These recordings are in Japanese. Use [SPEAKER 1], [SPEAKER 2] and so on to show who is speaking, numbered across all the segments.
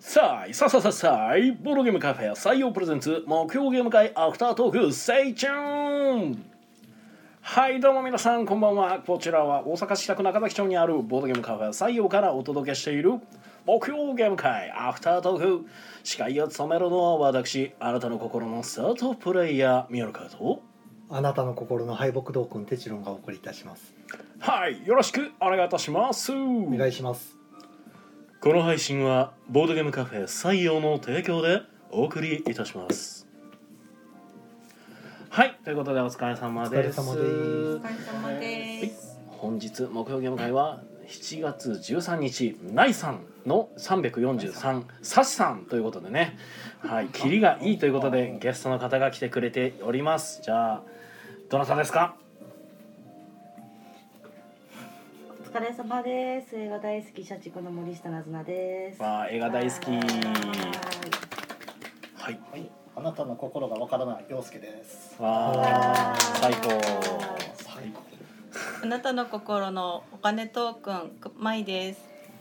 [SPEAKER 1] さあいさあさあさあさあいボードゲームカフェ採用プレゼンツ目標ゲーム会アフタートークセイチューンはいどうも皆さんこんばんはこちらは大阪市北区中崎町にあるボードゲームカフェ採用からお届けしている目標ゲーム会アフタートーク司会を務めるのは私あなたの心のスタートプレイヤー宮野和と
[SPEAKER 2] あなたの心の敗北道君テチロンがお送りいたします。
[SPEAKER 1] はいよろしくお願いいたしますお
[SPEAKER 2] お願いします。
[SPEAKER 1] この配信はボードゲームカフェ採用の提供でお送りいたしますはいということでお疲れ様です
[SPEAKER 2] お疲れ
[SPEAKER 3] お疲れ様です。
[SPEAKER 1] 本日目標ゲーム会は7月13日ナイさんの343サシさんということでねはいキリがいいということでゲストの方が来てくれておりますじゃあどなたですか
[SPEAKER 3] お疲れ様です。映画大好き社畜の森下なずなです。
[SPEAKER 1] わあ映画大好き
[SPEAKER 3] はーい
[SPEAKER 1] はい
[SPEAKER 4] はい、あなたの心がわからない陽介です。
[SPEAKER 1] わあ最高
[SPEAKER 4] 最高。
[SPEAKER 5] あなたの心のお金トークンくまいです。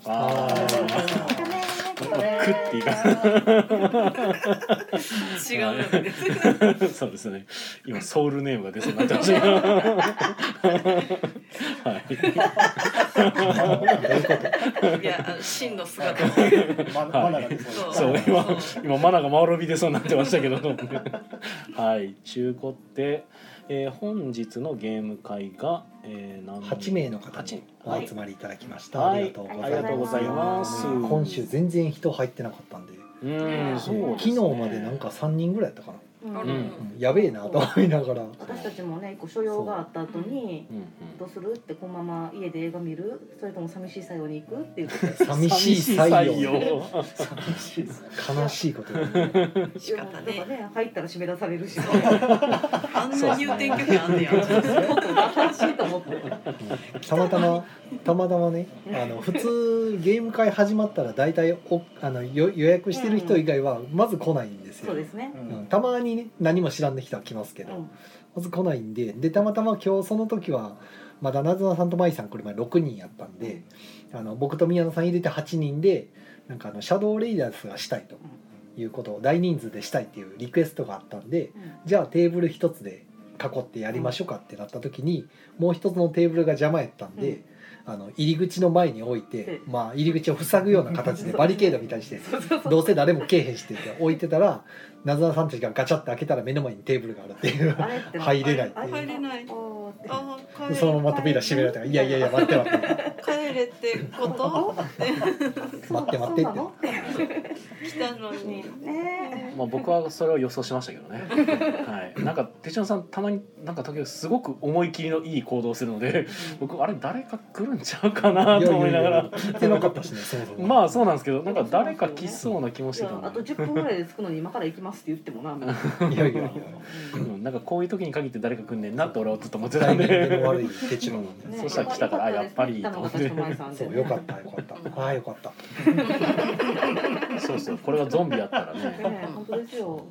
[SPEAKER 1] わあ
[SPEAKER 3] お
[SPEAKER 1] ク
[SPEAKER 3] 疲れ
[SPEAKER 1] ッていか
[SPEAKER 5] 違う
[SPEAKER 1] よね そうですね。今ソウルネームが出そうになってました。はい。
[SPEAKER 5] いや、あの真の姿。
[SPEAKER 4] ま、マナが出そうです。
[SPEAKER 1] そう今今マナがまおろび出そうになってましたけど、はい。中古って、えー、本日のゲーム会が、えー、何
[SPEAKER 2] 八名の方
[SPEAKER 1] 八
[SPEAKER 2] に
[SPEAKER 1] 人
[SPEAKER 2] お集まりいただきました。
[SPEAKER 1] はい
[SPEAKER 2] ありがとうございます。
[SPEAKER 3] ありがとうございます
[SPEAKER 2] 今週全然人入ってなかったんで、
[SPEAKER 1] うーんそうです、ね。
[SPEAKER 2] 昨日までなんか三人ぐらいやったかな。
[SPEAKER 3] うん
[SPEAKER 5] う
[SPEAKER 1] うん
[SPEAKER 5] ん
[SPEAKER 2] うんやべえなと思いながら。
[SPEAKER 3] 私たちもね、こう所用があった後に
[SPEAKER 1] う。んうん。
[SPEAKER 3] どうするってこのまま家で映画見るそれとも寂しい作用に行くっていうことで
[SPEAKER 2] 寂しい採用。
[SPEAKER 1] 用。
[SPEAKER 4] 寂しいですね。
[SPEAKER 2] 悲しいことに。
[SPEAKER 5] 仕方
[SPEAKER 3] いやな
[SPEAKER 5] ね
[SPEAKER 3] んか。ね入ったら締め出されるし
[SPEAKER 5] あんな言うてん曲あんねや。
[SPEAKER 3] 楽しいと思って
[SPEAKER 2] たまたまたまたまねあの普通ゲーム会始まったら大体おあのよ予約してる人以外はまず来ないんですよ、
[SPEAKER 3] そうですね
[SPEAKER 4] う
[SPEAKER 2] うん
[SPEAKER 4] ん、
[SPEAKER 2] たまにね何も知らんで人は来ますけ
[SPEAKER 3] う
[SPEAKER 2] ど、
[SPEAKER 3] ん
[SPEAKER 2] まず来ないんででたまたま今日その時はまだなずなさんとまいさんこれ前6人やったんであの僕と宮野さん入れて8人でなんかあのシャドーレイダースがしたいということを大人数でしたいっていうリクエストがあったんでじゃあテーブル一つで囲ってやりましょうかってなった時にもう一つのテーブルが邪魔やったんで、あの入り口の前に置いて、まあ、入り口を塞ぐような形でバリケードみたいにしてどうせ誰も来えへんしって言って置いてたらなずなさんたちがガチャって開けたら目の前にテーブルがあるっていう。
[SPEAKER 3] あれって
[SPEAKER 2] 入れないっていう
[SPEAKER 5] 入れない
[SPEAKER 3] おーって
[SPEAKER 5] あー、
[SPEAKER 2] で
[SPEAKER 5] 帰
[SPEAKER 2] その
[SPEAKER 5] れ
[SPEAKER 2] まま扉閉められたから「いやいやいや待って待って
[SPEAKER 5] 帰れってこと
[SPEAKER 2] 待って待って」っ
[SPEAKER 3] そうなの
[SPEAKER 2] て
[SPEAKER 5] 来たのに。
[SPEAKER 3] ね
[SPEAKER 1] まあ僕はそれを予想しましたけどね。はい。なんか手帳さんたまになんか時々すごく思い切りのいい行動をするので、僕あれ誰か来るんちゃうかなと思いながら。
[SPEAKER 2] 言ってなかったしねそもそも
[SPEAKER 1] まあそうなんですけど、なんか誰か来そうな気もし
[SPEAKER 3] い
[SPEAKER 1] て
[SPEAKER 3] や
[SPEAKER 1] た
[SPEAKER 3] あ
[SPEAKER 1] ん
[SPEAKER 3] と
[SPEAKER 1] で。
[SPEAKER 3] 10分ぐらいで着くのに今から行きますって言ってもなもう
[SPEAKER 2] いやいやいや
[SPEAKER 1] うんなんかこういう時に限って誰か来んねんなって俺はずっと思ってた
[SPEAKER 2] タイ
[SPEAKER 1] ん
[SPEAKER 2] ミング
[SPEAKER 1] で。
[SPEAKER 2] の悪い手帳なんで、
[SPEAKER 1] ねそ
[SPEAKER 2] ね、
[SPEAKER 1] したら来たからあやっぱり
[SPEAKER 3] と思って
[SPEAKER 2] そうよかったよかったああよかった
[SPEAKER 1] そうそう、これがゾンビやったらね。
[SPEAKER 3] ね本当ですよ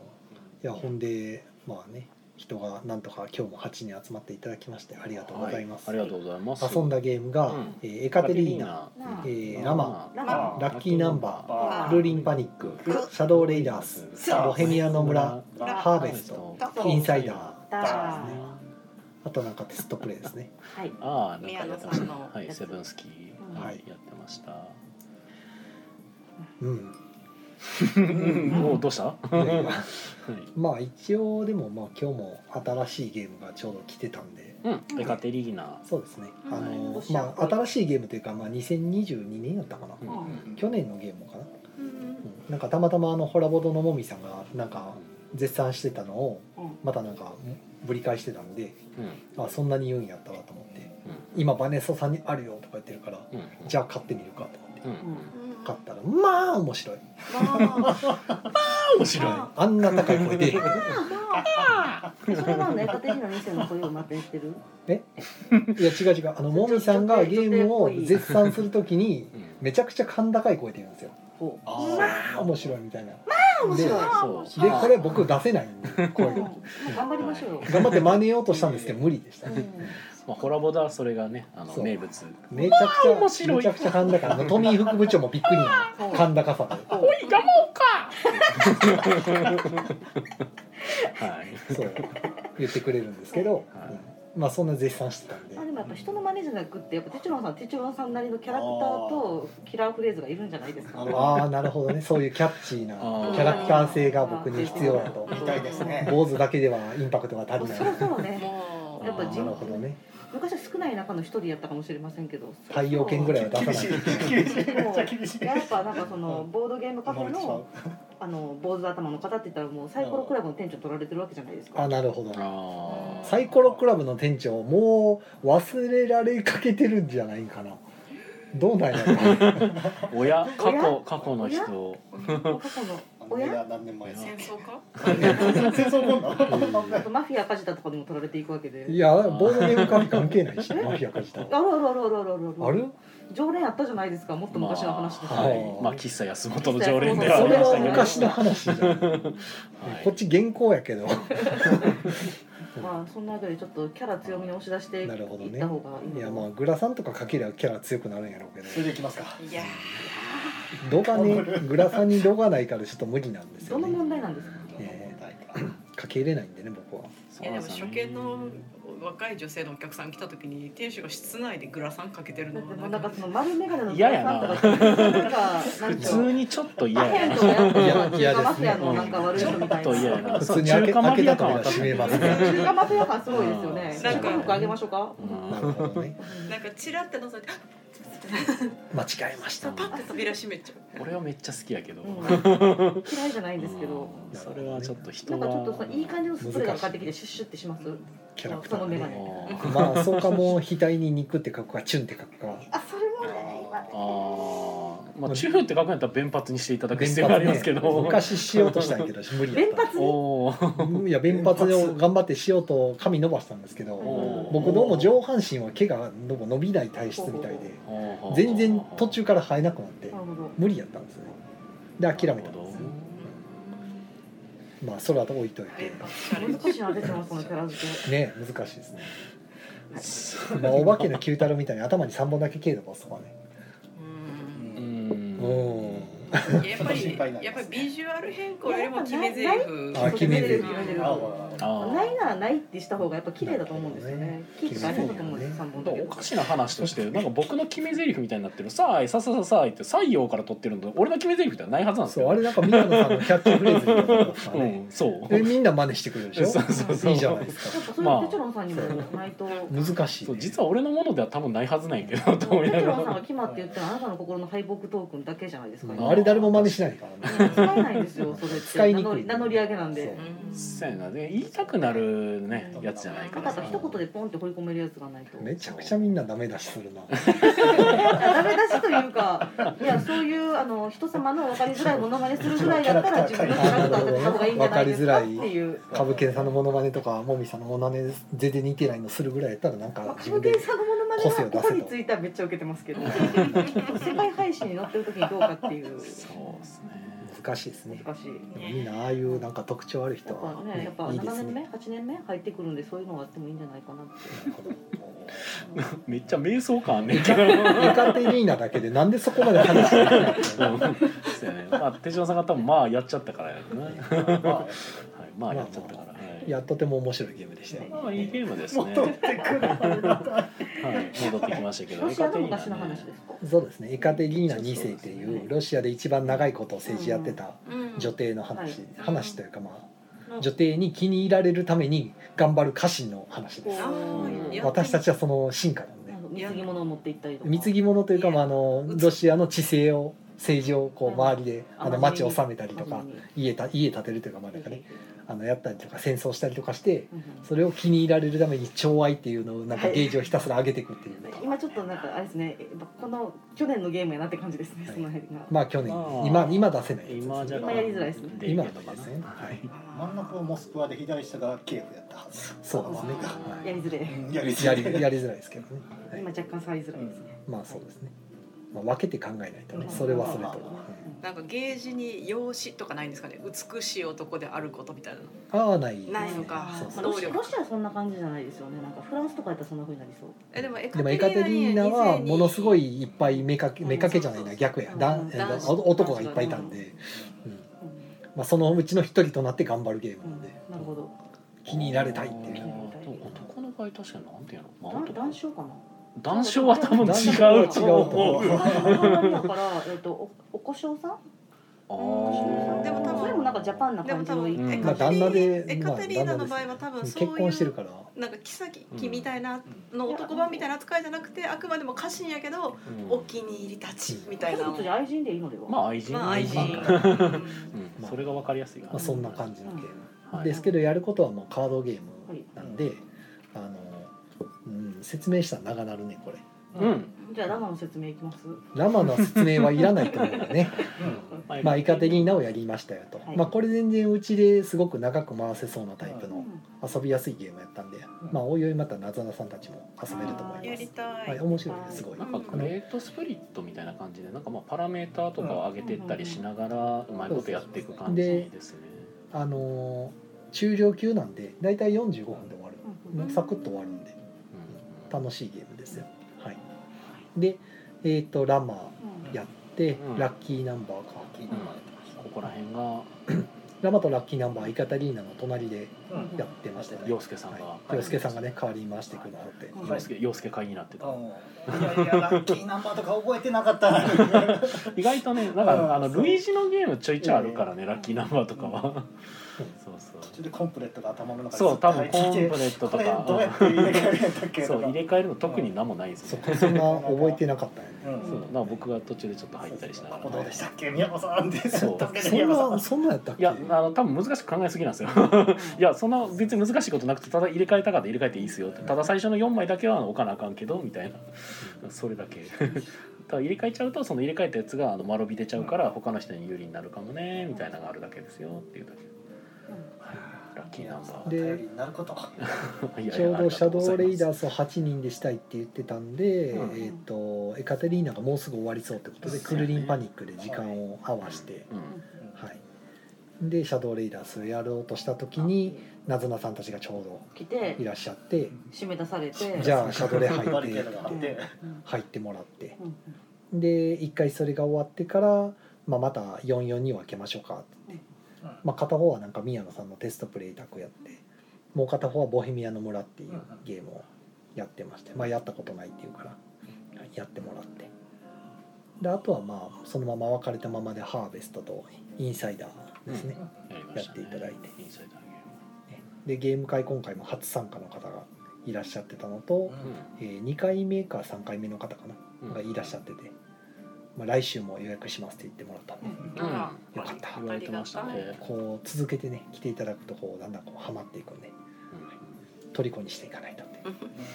[SPEAKER 2] いやほんでまあね人がなんとか今日も8人集まっていただきましてありがとうございます、
[SPEAKER 1] はありがとうございます。
[SPEAKER 2] 遊んだゲーム
[SPEAKER 1] う
[SPEAKER 2] が、
[SPEAKER 1] ん
[SPEAKER 2] えーエカテリーナ、
[SPEAKER 3] なあ
[SPEAKER 2] えーラマ
[SPEAKER 3] ラ
[SPEAKER 4] あ
[SPEAKER 3] マ
[SPEAKER 2] ラッキーナンバー
[SPEAKER 4] バー
[SPEAKER 2] ルーリンパニックシャドーレイダースボヘミアの村ハーベストインサイダー
[SPEAKER 3] ダ
[SPEAKER 4] ダ
[SPEAKER 3] ー
[SPEAKER 2] あとなんかテストプレイですね
[SPEAKER 3] はい
[SPEAKER 1] ああ、なんか
[SPEAKER 5] 宮
[SPEAKER 1] やっ
[SPEAKER 5] 野
[SPEAKER 1] てまし
[SPEAKER 5] さ
[SPEAKER 1] た
[SPEAKER 5] ん
[SPEAKER 1] ね
[SPEAKER 5] の。
[SPEAKER 1] はい、
[SPEAKER 3] やつ
[SPEAKER 1] セブンスキー、は
[SPEAKER 2] はい
[SPEAKER 1] い、やってました。
[SPEAKER 2] うん
[SPEAKER 1] もうどうした。
[SPEAKER 2] いやいや
[SPEAKER 1] はい
[SPEAKER 2] まあ一応でもまあ今日も新しいゲームがちょうど来てたんで
[SPEAKER 1] うん、エカテリーナ。
[SPEAKER 2] そうですね、あの
[SPEAKER 3] はい
[SPEAKER 2] まあ新しいゲームというか、まあ、2022年だったかな、
[SPEAKER 1] うんうん
[SPEAKER 2] 去年のゲームかな、
[SPEAKER 5] うん
[SPEAKER 2] うんなんかたまたまあのホラボドのもみさんがなんか絶賛してたのを
[SPEAKER 3] うん
[SPEAKER 2] またなんかぶり返してたんで
[SPEAKER 1] うん
[SPEAKER 2] あそんなに言うんやったわと思って今バネソさんにあるよとか言ってるから
[SPEAKER 1] うんうん
[SPEAKER 2] じゃあ買ってみるかと思って
[SPEAKER 1] うん
[SPEAKER 5] うん
[SPEAKER 2] 買ったらまあ面白い
[SPEAKER 5] まあ
[SPEAKER 1] 面白い。
[SPEAKER 2] あんな高い 声で
[SPEAKER 3] それなんでエカテリーナ2世の声をまたやってる
[SPEAKER 2] いや違う違うあのもみさんがゲームを絶賛するときに
[SPEAKER 1] うん
[SPEAKER 2] めちゃくちゃ甲高い声で言うんですよ
[SPEAKER 3] こう
[SPEAKER 2] あ面白いみたいな
[SPEAKER 3] あ面白い
[SPEAKER 2] で
[SPEAKER 1] そう
[SPEAKER 2] でこれ僕出せないんで声
[SPEAKER 3] うん
[SPEAKER 2] が
[SPEAKER 3] 頑張りましょうよ
[SPEAKER 2] 頑張って真似ようとしたんですけど無理でした
[SPEAKER 3] うん
[SPEAKER 1] まあ、ホラボダはそれがね、あの
[SPEAKER 2] そう
[SPEAKER 1] 名物。
[SPEAKER 2] めちゃくちゃ
[SPEAKER 1] 面白い
[SPEAKER 2] めちゃくちゃ甲高いあのトミー副部長もびっくりな
[SPEAKER 3] そう
[SPEAKER 2] 甲高さで
[SPEAKER 3] こう
[SPEAKER 1] はい
[SPEAKER 2] そう言ってくれるんですけど、
[SPEAKER 1] はい
[SPEAKER 2] うんまあそんな絶賛してたんで
[SPEAKER 3] まあでもやっぱ人の真似じゃなくってやっぱテチロンさんテチロンさんなりのキャラクターとキラーフレーズがいるんじゃないですか
[SPEAKER 4] なるほど
[SPEAKER 2] ああなるほどねそういうキャッチーな
[SPEAKER 1] あ
[SPEAKER 2] キャラクター性が僕に必要だと
[SPEAKER 4] みたいですね
[SPEAKER 2] 坊主だけではインパクトが
[SPEAKER 3] も
[SPEAKER 2] 足
[SPEAKER 3] う
[SPEAKER 2] りない
[SPEAKER 3] そろそろね
[SPEAKER 5] もう
[SPEAKER 3] やっぱ
[SPEAKER 1] あー
[SPEAKER 2] な
[SPEAKER 3] 人
[SPEAKER 2] るほどね
[SPEAKER 3] 昔は少ない中の一人やったかもしれませんけど
[SPEAKER 2] 太陽圏ぐらいは出さない
[SPEAKER 4] 厳しい厳しいめっちゃ厳しい
[SPEAKER 3] やっぱなんかそのボードゲームカフ
[SPEAKER 4] 思
[SPEAKER 3] ェ
[SPEAKER 4] いつ
[SPEAKER 3] のあの坊主頭の方って言ったらもうサイコロクラブの店長取られてるわけじゃないですか
[SPEAKER 2] あなるほど
[SPEAKER 1] あ
[SPEAKER 2] サイコロクラブの店長もう忘れられかけてるんじゃないかなどうなんやろ
[SPEAKER 1] あ親過
[SPEAKER 3] お
[SPEAKER 1] 去過去の人
[SPEAKER 3] もう過去の
[SPEAKER 4] あれ
[SPEAKER 3] 親
[SPEAKER 4] が何年前です
[SPEAKER 5] 戦争か
[SPEAKER 4] 戦争こんの
[SPEAKER 3] あとマフィア梶田とかにも取られていくわけで
[SPEAKER 2] いやボードゲームカフェ関係ないしマフィアカジタ
[SPEAKER 3] あるあるあるあるあるある
[SPEAKER 2] ある
[SPEAKER 3] 常連あったじゃないですかもっと昔の話ですよ
[SPEAKER 1] まあ、
[SPEAKER 2] ね
[SPEAKER 1] はいまあ喫茶安本の常連
[SPEAKER 2] そ
[SPEAKER 1] で
[SPEAKER 2] れ
[SPEAKER 1] はありまし
[SPEAKER 2] は
[SPEAKER 1] たけど
[SPEAKER 2] 昔の話じゃん、
[SPEAKER 1] はい
[SPEAKER 2] こっち原稿やけど
[SPEAKER 3] まあそんなわけでちょっとキャラ強めに押し出していっ
[SPEAKER 2] なるほどね
[SPEAKER 3] た方がいいの
[SPEAKER 2] い
[SPEAKER 3] か
[SPEAKER 2] や
[SPEAKER 3] な
[SPEAKER 2] まあグラさんとかかけりゃキャラ強くなるんやろうけど
[SPEAKER 4] それでいきますか
[SPEAKER 5] いや
[SPEAKER 2] 度がねグラさんに度がないからちょっと無理なんですよ
[SPEAKER 3] どの
[SPEAKER 2] ね
[SPEAKER 3] 問題なんですか
[SPEAKER 2] えかけれないんでね僕は
[SPEAKER 1] そ
[SPEAKER 6] いう
[SPEAKER 1] な
[SPEAKER 6] やで
[SPEAKER 1] ん
[SPEAKER 6] も
[SPEAKER 1] す
[SPEAKER 6] 初
[SPEAKER 1] よね
[SPEAKER 6] 見の若い女性のお客さん来た時に店主が室内でグラサンかけてる
[SPEAKER 3] だ
[SPEAKER 6] の
[SPEAKER 3] っても
[SPEAKER 6] は
[SPEAKER 3] う
[SPEAKER 6] な
[SPEAKER 3] なん
[SPEAKER 6] か
[SPEAKER 3] んかその丸眼鏡の
[SPEAKER 1] 嫌やな
[SPEAKER 3] お父さんとか なんか
[SPEAKER 1] 普通にちょっと嫌や
[SPEAKER 3] アヘン
[SPEAKER 1] な
[SPEAKER 3] とかやっ
[SPEAKER 2] いや
[SPEAKER 3] てマフィアのなんか悪い
[SPEAKER 1] ちょ
[SPEAKER 3] 人みた
[SPEAKER 1] っ
[SPEAKER 3] い
[SPEAKER 1] と嫌や
[SPEAKER 3] な
[SPEAKER 1] な
[SPEAKER 2] 普
[SPEAKER 1] そう
[SPEAKER 2] 通に開け
[SPEAKER 1] 中華マ
[SPEAKER 2] 開け
[SPEAKER 1] リア
[SPEAKER 2] たと
[SPEAKER 1] 感は
[SPEAKER 2] こら
[SPEAKER 1] 確かに
[SPEAKER 2] 閉めますね
[SPEAKER 3] 中華マフィア感すごいですよね
[SPEAKER 1] うん
[SPEAKER 3] 中華服あげましょうか
[SPEAKER 2] なるほどね
[SPEAKER 6] なんかチラってのぞいてあ
[SPEAKER 2] 間違えました
[SPEAKER 6] っパッて扉閉めちゃう
[SPEAKER 1] 俺はめっちゃ好きやけど、
[SPEAKER 3] うん嫌いじゃないんですけど
[SPEAKER 1] うんそれはちょっと人
[SPEAKER 3] な
[SPEAKER 1] は
[SPEAKER 3] んかちょっとさいい感じのスプレーがかかってきてシュッシュってします
[SPEAKER 2] キャラクター
[SPEAKER 3] その眼鏡
[SPEAKER 2] ね
[SPEAKER 1] あ
[SPEAKER 2] まあそうかも額に肉って書くかチュンって書くか
[SPEAKER 3] あそれもね今
[SPEAKER 1] あーまあ中って書くんやったら弁髪にしていただく必要がありますけど、
[SPEAKER 2] 昔しようとしたんやけど無理や
[SPEAKER 3] 連
[SPEAKER 2] っ
[SPEAKER 3] 発に
[SPEAKER 1] おー
[SPEAKER 2] たうんいや弁髪を頑張ってしようと髪伸ばしたんですけど
[SPEAKER 1] おー
[SPEAKER 2] 僕どうも上半身は毛がどうも伸びない体質みたいで
[SPEAKER 1] おー
[SPEAKER 2] 全然途中から生えなくなって
[SPEAKER 3] なるほど
[SPEAKER 2] 無理やったんですねで諦めたんですねまあそれは置いといて
[SPEAKER 3] 難しいな出てますこのキャラ付け
[SPEAKER 2] ね難しいですねまあお化けの九太郎みたいに頭に3本だけ毛伸ばすとかね
[SPEAKER 1] う
[SPEAKER 6] うん
[SPEAKER 2] うん
[SPEAKER 6] いややっぱりやっぱりビジュアル変更よりも決め台詞
[SPEAKER 2] あ決め台詞
[SPEAKER 3] 決め台詞
[SPEAKER 4] ああああ
[SPEAKER 1] あー
[SPEAKER 3] ないならないってした方がやっぱ綺麗だと思うんですよ
[SPEAKER 2] なるほど
[SPEAKER 3] ね。
[SPEAKER 2] ね
[SPEAKER 3] 綺麗だと思うんです。三本だけ
[SPEAKER 1] お
[SPEAKER 3] ど。
[SPEAKER 1] かしな話としてなんか僕の決め台詞みたいになってる「さあいささささあい」って「採用」から取ってるのと俺の決め台詞ではないはずなんです
[SPEAKER 2] そう
[SPEAKER 1] よ
[SPEAKER 2] あれなんか宮野さんのキャッチフレーズみたいなのとか
[SPEAKER 1] う
[SPEAKER 2] ね
[SPEAKER 1] んそう
[SPEAKER 2] でみんな真似してくれるでしょ
[SPEAKER 1] そうそうそう
[SPEAKER 2] いいじゃないですか
[SPEAKER 3] やっぱそれはテチロンさんにもないと。
[SPEAKER 2] 難しい、
[SPEAKER 1] そう
[SPEAKER 2] ね、
[SPEAKER 1] 実は俺のものでは多分ないはずないけどと思い
[SPEAKER 3] テ
[SPEAKER 1] な
[SPEAKER 3] チ
[SPEAKER 1] が
[SPEAKER 3] ロンさん
[SPEAKER 1] ら
[SPEAKER 3] が決まって言ったらあなたの心の敗北トークンだけじゃないですか。
[SPEAKER 2] うんあれ誰も真似しないからね
[SPEAKER 3] 使えないんですよ。それって
[SPEAKER 2] 使いにくい
[SPEAKER 3] 名乗り名乗り上げなんで。
[SPEAKER 1] そうやなで言いたくなるねやつじゃないか
[SPEAKER 3] なん
[SPEAKER 1] ら
[SPEAKER 3] か
[SPEAKER 1] さ
[SPEAKER 3] 一言でポンって掘り込めるやつがないと。
[SPEAKER 2] めちゃくちゃみんなダメ出しするな
[SPEAKER 3] ダメ出しというか、いやそういうあの人様の分かりづらいものまねするぐらいだったら自分のキャラクターだった方がいいんじゃないですかっていう。
[SPEAKER 2] 株券さんのモノマネとかもみさんのモノマネ全然似てないのするぐらいやったらなん
[SPEAKER 3] まあ
[SPEAKER 2] か自
[SPEAKER 3] 株
[SPEAKER 2] 分で
[SPEAKER 3] 券さんのものまねはここについてはめっちゃ受けてますけど世界配信に載ってる時にどうかっていう
[SPEAKER 1] そうですね
[SPEAKER 2] 難しいですね
[SPEAKER 3] 難しい
[SPEAKER 2] でもいいなああいうなんか特徴ある人
[SPEAKER 3] やっ
[SPEAKER 2] は
[SPEAKER 3] ぱねやっぱ
[SPEAKER 2] いいで
[SPEAKER 3] 7
[SPEAKER 2] す
[SPEAKER 3] 年目
[SPEAKER 2] ね
[SPEAKER 3] 8年目入ってくるんでそういうのがあってもいいんじゃないかなって
[SPEAKER 1] めっちゃ瞑想感あんねんけどそう
[SPEAKER 2] エカテリーナだけでなんでそこまで話してないの
[SPEAKER 1] やねまあ手嶋さんが多分まあやっちゃったからやねはい
[SPEAKER 4] あ
[SPEAKER 1] まあやっちゃったからはい
[SPEAKER 2] いやとても面白いゲームでしたよ
[SPEAKER 1] まあいいゲームですね
[SPEAKER 4] 戻ってくる
[SPEAKER 1] はい戻ってきましたけど
[SPEAKER 3] ロシアの
[SPEAKER 1] エカテリ
[SPEAKER 3] 昔
[SPEAKER 1] ー
[SPEAKER 3] の
[SPEAKER 1] ナね
[SPEAKER 3] 話ですか
[SPEAKER 2] そうですねエカテリーナ2世っていうロシアで一番長いこと政治やってた女帝の話、
[SPEAKER 6] はい
[SPEAKER 2] 話というかまあ女帝に気に入られるために頑張る家臣の話です私たちはその進化なんで
[SPEAKER 3] 貢ぎ物を持って行ったりとか
[SPEAKER 2] 貢ぎ物というか、まあ、あのロシアの地勢を政治をこう周りであの町を治めたりとか家た家建てるというかまあなんかねあのやったりとか戦争したりとかしてそれを気に入られるために寵愛っていうのをなんかゲージをひたすら上げていくっていう、
[SPEAKER 3] 今ちょっとなんかあれですねやっぱこの去年のゲームやなって感じですねその辺が
[SPEAKER 2] まあ去年
[SPEAKER 1] まあ
[SPEAKER 2] 今今出せないやつ
[SPEAKER 1] 今じゃ
[SPEAKER 3] 今やりづらいですね
[SPEAKER 2] 今のですねはい
[SPEAKER 4] 真ん中はモスクワで左下がキエフやったはず
[SPEAKER 2] そうですねはい
[SPEAKER 3] やりづれ
[SPEAKER 4] うんやり
[SPEAKER 2] や
[SPEAKER 4] づ
[SPEAKER 2] り
[SPEAKER 4] らい
[SPEAKER 2] やりづらいですけどね、はい
[SPEAKER 3] 今若干触りづらいですね
[SPEAKER 2] まあそうですね、まあ、分けて考えないとねそれはそれと、
[SPEAKER 6] なんかゲージに容姿とかないんですかね美しい男であることみたいな
[SPEAKER 2] ああないですね
[SPEAKER 6] ないのか
[SPEAKER 2] そう
[SPEAKER 3] ま
[SPEAKER 2] そ
[SPEAKER 3] あ
[SPEAKER 2] う
[SPEAKER 3] ロシアロシアはそんな感じじゃないですよねなんかフランスとかやったらそんな風になりそう
[SPEAKER 6] えでもエ
[SPEAKER 2] でもエカテリーナはものすごいいっぱい目かけ
[SPEAKER 3] うん
[SPEAKER 2] 目かけじゃないな逆やだ
[SPEAKER 3] うん
[SPEAKER 2] えっと
[SPEAKER 6] 男子
[SPEAKER 2] お男がいっぱいいたんで、うん
[SPEAKER 3] うん
[SPEAKER 2] まあ、そのうちの一人となって頑張るゲームなんで
[SPEAKER 3] なるほど。
[SPEAKER 2] 気に入られたいってい
[SPEAKER 1] あ
[SPEAKER 2] う
[SPEAKER 1] ーでも男の場合確かになんていうの、まあ
[SPEAKER 3] 男男性かな。
[SPEAKER 1] 男性は多分違う
[SPEAKER 2] 男性は違うと思う
[SPEAKER 1] あ
[SPEAKER 3] だからえっとおおこしょうさん。
[SPEAKER 1] ー
[SPEAKER 6] でも多分
[SPEAKER 3] それもなんかジャパンな
[SPEAKER 6] でも
[SPEAKER 3] 感じ
[SPEAKER 6] 多
[SPEAKER 3] の。
[SPEAKER 6] 分
[SPEAKER 1] うん
[SPEAKER 6] エ
[SPEAKER 1] ま
[SPEAKER 6] カ
[SPEAKER 1] あ
[SPEAKER 2] 旦
[SPEAKER 6] テリ
[SPEAKER 2] 那
[SPEAKER 6] ー
[SPEAKER 2] で
[SPEAKER 6] エカテリーナの場合は多分
[SPEAKER 2] 結
[SPEAKER 6] そういう
[SPEAKER 2] 婚してるから
[SPEAKER 6] なんか妃みたいなの男版みたいな扱いじゃなくてあくまでも家臣やけど
[SPEAKER 1] うん
[SPEAKER 6] お気に入りたちみた
[SPEAKER 3] 家
[SPEAKER 6] いな
[SPEAKER 3] 族じゃ愛人でいいのでは。
[SPEAKER 1] まあ愛人、
[SPEAKER 6] まあ愛人
[SPEAKER 1] うん
[SPEAKER 2] まあ
[SPEAKER 1] それが分かりやすいか
[SPEAKER 2] まあ、
[SPEAKER 1] な
[SPEAKER 2] そんな感じのゲーム、
[SPEAKER 1] はい
[SPEAKER 2] ですけどやることはもうカードゲームなんで、あの、うん、説明したら長なるねこれ
[SPEAKER 1] うん
[SPEAKER 3] じゃあラマの説明いきます。
[SPEAKER 2] ラマの説明はいらないと思うよねまあイカテリーナをやりましたよと、
[SPEAKER 3] はい
[SPEAKER 2] まあこれ全然うちですごく長く回せそうなタイプ
[SPEAKER 3] う
[SPEAKER 2] の
[SPEAKER 3] ん
[SPEAKER 2] 遊びやすいゲームやったんで、まあおいおいまたなずなさんたちも遊べると思い
[SPEAKER 6] や
[SPEAKER 2] ま
[SPEAKER 6] り
[SPEAKER 2] す
[SPEAKER 6] た
[SPEAKER 2] はい
[SPEAKER 6] い。
[SPEAKER 2] 面白いですすごい
[SPEAKER 1] なんかグレートスプリットみたいな感じでなんかまあパラメーターとかを上げてったりしながらうまいことやっていく感じですね。
[SPEAKER 2] あのー中量級なんでだいたい45分で終わる
[SPEAKER 3] うんうん
[SPEAKER 2] サクッと終わるんで
[SPEAKER 1] うん
[SPEAKER 2] 楽しいゲームですよはいでえっ、とラマやって、
[SPEAKER 1] うん
[SPEAKER 2] ラッキーナンバーか
[SPEAKER 1] ここら辺が
[SPEAKER 2] ラマとラッキーナンバーイカタリーナの隣で
[SPEAKER 4] うん
[SPEAKER 2] やってましたね
[SPEAKER 1] 洋介さんが
[SPEAKER 2] はい洋介さんがね代わりに回してくださって、
[SPEAKER 1] 洋介洋介会になってた。
[SPEAKER 4] うんいやいやラッキーナンバーとか覚えてなかったな
[SPEAKER 1] 意外とねなんかあの
[SPEAKER 4] そう
[SPEAKER 1] 類似のゲームちょいちょいあるからねラッキーナンバーとかは。 そうそう。
[SPEAKER 4] 途中でコンプレットが頭の中に
[SPEAKER 1] そう多分
[SPEAKER 4] 入っ
[SPEAKER 1] コンプレ
[SPEAKER 4] て
[SPEAKER 1] ットと
[SPEAKER 4] これどうやっ
[SPEAKER 1] か
[SPEAKER 4] て入れ替えるんだっけ
[SPEAKER 1] そう入れ替えるの特
[SPEAKER 4] う
[SPEAKER 1] に
[SPEAKER 4] ん
[SPEAKER 1] 何もないです
[SPEAKER 2] そ
[SPEAKER 1] よね。
[SPEAKER 2] こそんな覚えてなかったよね
[SPEAKER 4] うん
[SPEAKER 1] そうなんか僕が途中でちょっと入ったりしなが
[SPEAKER 4] ここ
[SPEAKER 1] ら
[SPEAKER 4] どう。でしたっけ宮本さんっ て
[SPEAKER 1] そう
[SPEAKER 4] 助けて
[SPEAKER 2] そ
[SPEAKER 4] 宮
[SPEAKER 2] ん
[SPEAKER 4] 本
[SPEAKER 2] な
[SPEAKER 4] さ
[SPEAKER 2] そんなんやったっけ
[SPEAKER 1] いやあの多分難しく考えすぎなんですよいやそんな別に難しいことなくてただ入れ替えたかったら入れ替えていいですよってただ最初の4枚だけはあの置かなあかんけどみたいな それだけただ入れ替えちゃうとその入れ替えたやつがあの丸び出ちゃうから他の人に有利になるかもねみたいなのがあるだけですよっていうだけはいラッ
[SPEAKER 4] ん
[SPEAKER 1] キーナンバ
[SPEAKER 4] で頼りになること
[SPEAKER 1] ーいやい
[SPEAKER 2] ち
[SPEAKER 1] や
[SPEAKER 2] ょうどシャドウレイダ
[SPEAKER 1] あ
[SPEAKER 2] ースを8人でしたいって言ってたんで、
[SPEAKER 1] うん
[SPEAKER 2] えっ、とエカテリーナがもうすぐ終わりそうってこと
[SPEAKER 1] そ
[SPEAKER 2] で、
[SPEAKER 1] う
[SPEAKER 2] ク
[SPEAKER 1] ですね
[SPEAKER 2] ルリンパニックで時間を合わして
[SPEAKER 1] り、がとうございます
[SPEAKER 2] はい。でシャドウレイダースをやろうとした時になずなさんたちがちょうど
[SPEAKER 3] 来て
[SPEAKER 2] いらっしゃって、
[SPEAKER 3] 締め出されて。
[SPEAKER 2] じゃあシャドレ
[SPEAKER 4] バ
[SPEAKER 2] 入
[SPEAKER 4] リ
[SPEAKER 2] っ
[SPEAKER 4] ケ
[SPEAKER 2] て
[SPEAKER 4] ードがあって
[SPEAKER 3] うん
[SPEAKER 2] 入ってもらって
[SPEAKER 3] うん
[SPEAKER 2] で一回それが終わってから、まあ、また44に分けましょうかって言って、まあ、片方はなんか宮野さんのテストプレイ卓やってもう片方は「ボヘミアの村」っていうゲームをやってまして、まあ、やったことないっていうからはいやってもらってであとはまあそのまま別れたままで「ハーベスト」と「インサイダー」ですね、
[SPEAKER 1] うんやりましたね
[SPEAKER 2] やっていただいて
[SPEAKER 1] インサイダーゲ
[SPEAKER 2] でゲーム会今回も初参加の方がいらっしゃってたのと、
[SPEAKER 1] ーム
[SPEAKER 2] え2回目か3回目の方かな
[SPEAKER 1] うん
[SPEAKER 2] がいらっしゃってて、まあ、来週も予約しますって言ってもらったんで、
[SPEAKER 1] うん
[SPEAKER 2] よかった
[SPEAKER 1] 言われてましたね
[SPEAKER 2] こう続けてね来ていただくとこうだんだんこうハマっていくんで虜にしていかないとっ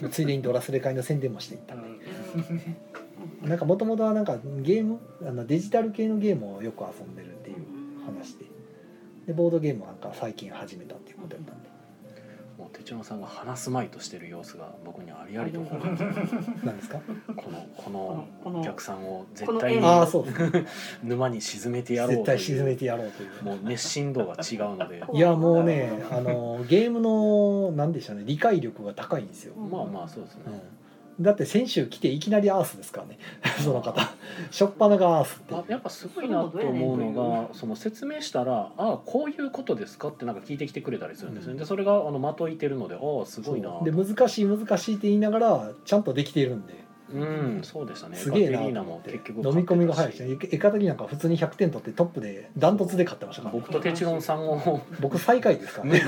[SPEAKER 2] てついでにドラスレ会の宣伝もしていったんでなんかもともとはなんかゲームあのデジタル系のゲームをよく遊んでるっていう話ででボードゲームはなんか最近始めたっていうことやったんで
[SPEAKER 1] うんもう手帳さんが話すまいとしてる様子が僕にありありとこう
[SPEAKER 2] 何ですか
[SPEAKER 1] このこ
[SPEAKER 3] こ
[SPEAKER 1] の
[SPEAKER 3] の
[SPEAKER 1] お客さんを絶対
[SPEAKER 3] こ
[SPEAKER 1] に
[SPEAKER 3] の
[SPEAKER 2] ああそうですね
[SPEAKER 1] 沼に沈めてやろう
[SPEAKER 2] 絶
[SPEAKER 1] という
[SPEAKER 2] 対沈めてやろうという。
[SPEAKER 1] もう熱心度が違 うので
[SPEAKER 2] いやもうねあのゲームのなんでしょうね理解力が高いんですよ、
[SPEAKER 1] まあまあそうですね、
[SPEAKER 2] うん、だって先週来ていきなりアースですからね その方初っ端がアースっていう
[SPEAKER 1] あやっぱすごいなと思うのがその説明したら「ああこういうことですか?」ってなんか聞いてきてくれたりするんですよねでそれがあのまといてるので「ああすごいな」
[SPEAKER 2] で難しい難しいって言いながらちゃんとできているんで
[SPEAKER 1] うんそうでしたね
[SPEAKER 2] すげえ
[SPEAKER 1] エカ
[SPEAKER 2] な
[SPEAKER 1] テリー
[SPEAKER 2] と
[SPEAKER 1] ナ
[SPEAKER 2] 思
[SPEAKER 1] も
[SPEAKER 2] って
[SPEAKER 1] 結局
[SPEAKER 2] 飲み込みが早いし
[SPEAKER 1] 勝って
[SPEAKER 2] ねエカタリーなんか普通に100点取ってトップでダントツで勝ってました
[SPEAKER 1] たし
[SPEAKER 2] から、ね、
[SPEAKER 1] 僕とテチロンさん を
[SPEAKER 2] 僕最下位ですから
[SPEAKER 1] ね